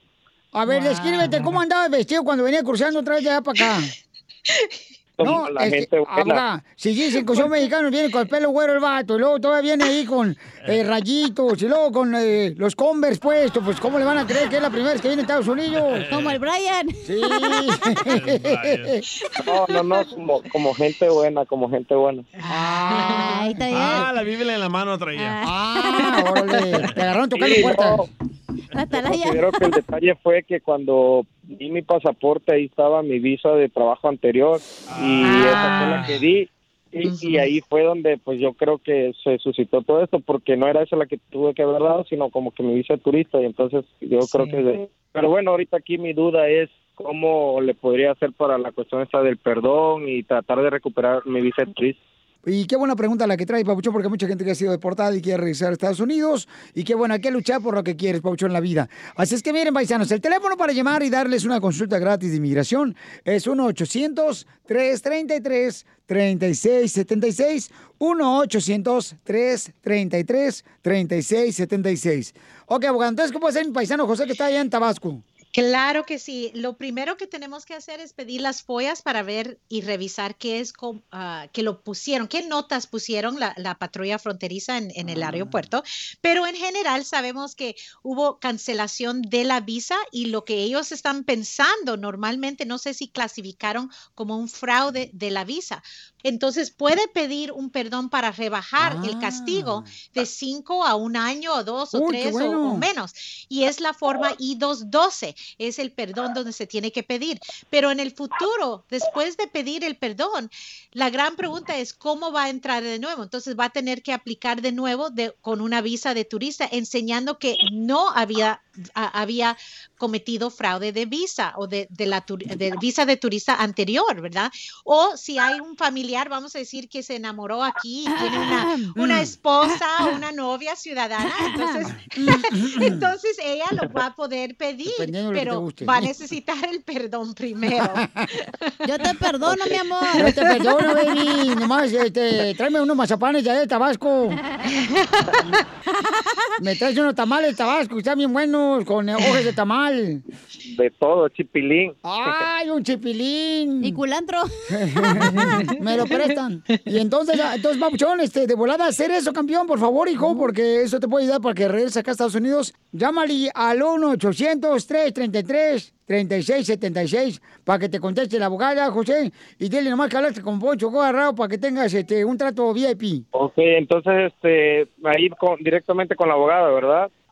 Speaker 1: A ver, descríbete cómo andabas vestido cuando venía cruzando otra vez de allá para acá.
Speaker 24: Como la
Speaker 1: este,
Speaker 24: gente buena.
Speaker 1: ahora, si dicen que son mexicanos, viene con el pelo güero el vato, y luego todavía viene ahí con eh, rayitos, y luego con eh, los Converse puestos, pues ¿cómo le van a creer que es la primera vez que viene a Estados Unidos?
Speaker 2: Como el Brian.
Speaker 1: Sí.
Speaker 24: No, no, no, como, como gente buena, como gente buena.
Speaker 2: Ahí está bien.
Speaker 5: Ah, la Biblia en la mano traía.
Speaker 1: Ah, órale. Te agarraron
Speaker 24: tocando Sí, puertas. Considero que el detalle fue que cuando di mi pasaporte, ahí estaba mi visa de trabajo anterior y esa fue la que di. Y, y ahí fue donde pues yo creo que se suscitó todo esto porque no era esa la que tuve que haber dado, sino como que mi visa de turista y entonces yo creo que... de- Pero bueno, ahorita aquí mi duda es cómo le podría hacer para la cuestión esta del perdón y tratar de recuperar mi visa de turista.
Speaker 1: Y qué buena pregunta la que trae Papuchón, porque hay mucha gente que ha sido deportada y quiere regresar a Estados Unidos. Y qué bueno, hay que luchar por lo que quieres, Papuchón, en la vida. Así es que miren, paisanos, el teléfono para llamar y darles una consulta gratis de inmigración es 1-800-333-3676. 1-800-333-3676. Ok, abogado, entonces, ¿cómo hacer mi paisano José que está allá en Tabasco?
Speaker 25: Claro que sí. Lo primero que tenemos que hacer es pedir las follas para ver y revisar qué es com- ah, que lo pusieron, qué notas pusieron la, la patrulla fronteriza en, en el
Speaker 1: Ah.
Speaker 25: aeropuerto. Pero en general sabemos que hubo cancelación de la visa y lo que ellos están pensando normalmente, no sé si clasificaron como un fraude de la visa. Entonces puede pedir un perdón para rebajar el castigo de cinco a un año o dos o
Speaker 26: Ah. Uy, qué
Speaker 25: tres o-
Speaker 26: bueno.
Speaker 25: o menos menos. Y es la forma I-212, es el perdón donde se tiene que pedir. Pero en el futuro, después de pedir el perdón, la gran pregunta es cómo va a entrar de nuevo. Entonces va a tener que aplicar de nuevo de- con una visa de turista, enseñando que no había, a- había cometido fraude de visa o de, de la tur- de visa de turista anterior, ¿verdad? O si hay un familiar, vamos a decir, que se enamoró aquí y tiene una, una esposa o una novia ciudadana, entonces entonces ella lo va a poder pedir,
Speaker 1: Dependiendo de lo que te
Speaker 25: pero
Speaker 1: guste.
Speaker 25: va a necesitar el perdón primero.
Speaker 2: Yo te perdono, mi amor.
Speaker 1: Yo te perdono, baby. Nomás, este, tráeme unos mazapanes de allá de Tabasco. Me traes unos tamales de Tabasco, que están bien buenos, con hojas de tamal.
Speaker 24: De todo, chipilín.
Speaker 1: ¡Ay, un chipilín! Y
Speaker 2: culantro.
Speaker 1: Me lo prestan. Y entonces, ah, entonces, Papuchón, este, de volada, hacer eso, campeón, por favor, hijo, porque eso te puede ayudar para que regreses acá a Estados Unidos. Llámale al 1-800-333-3676 para que te conteste la abogada, José. Y dile nomás que hablaste con Poncho Cogarrao para que tengas este, un trato VIP.
Speaker 24: Ok, entonces este, ahí con- directamente con la abogada, ¿verdad?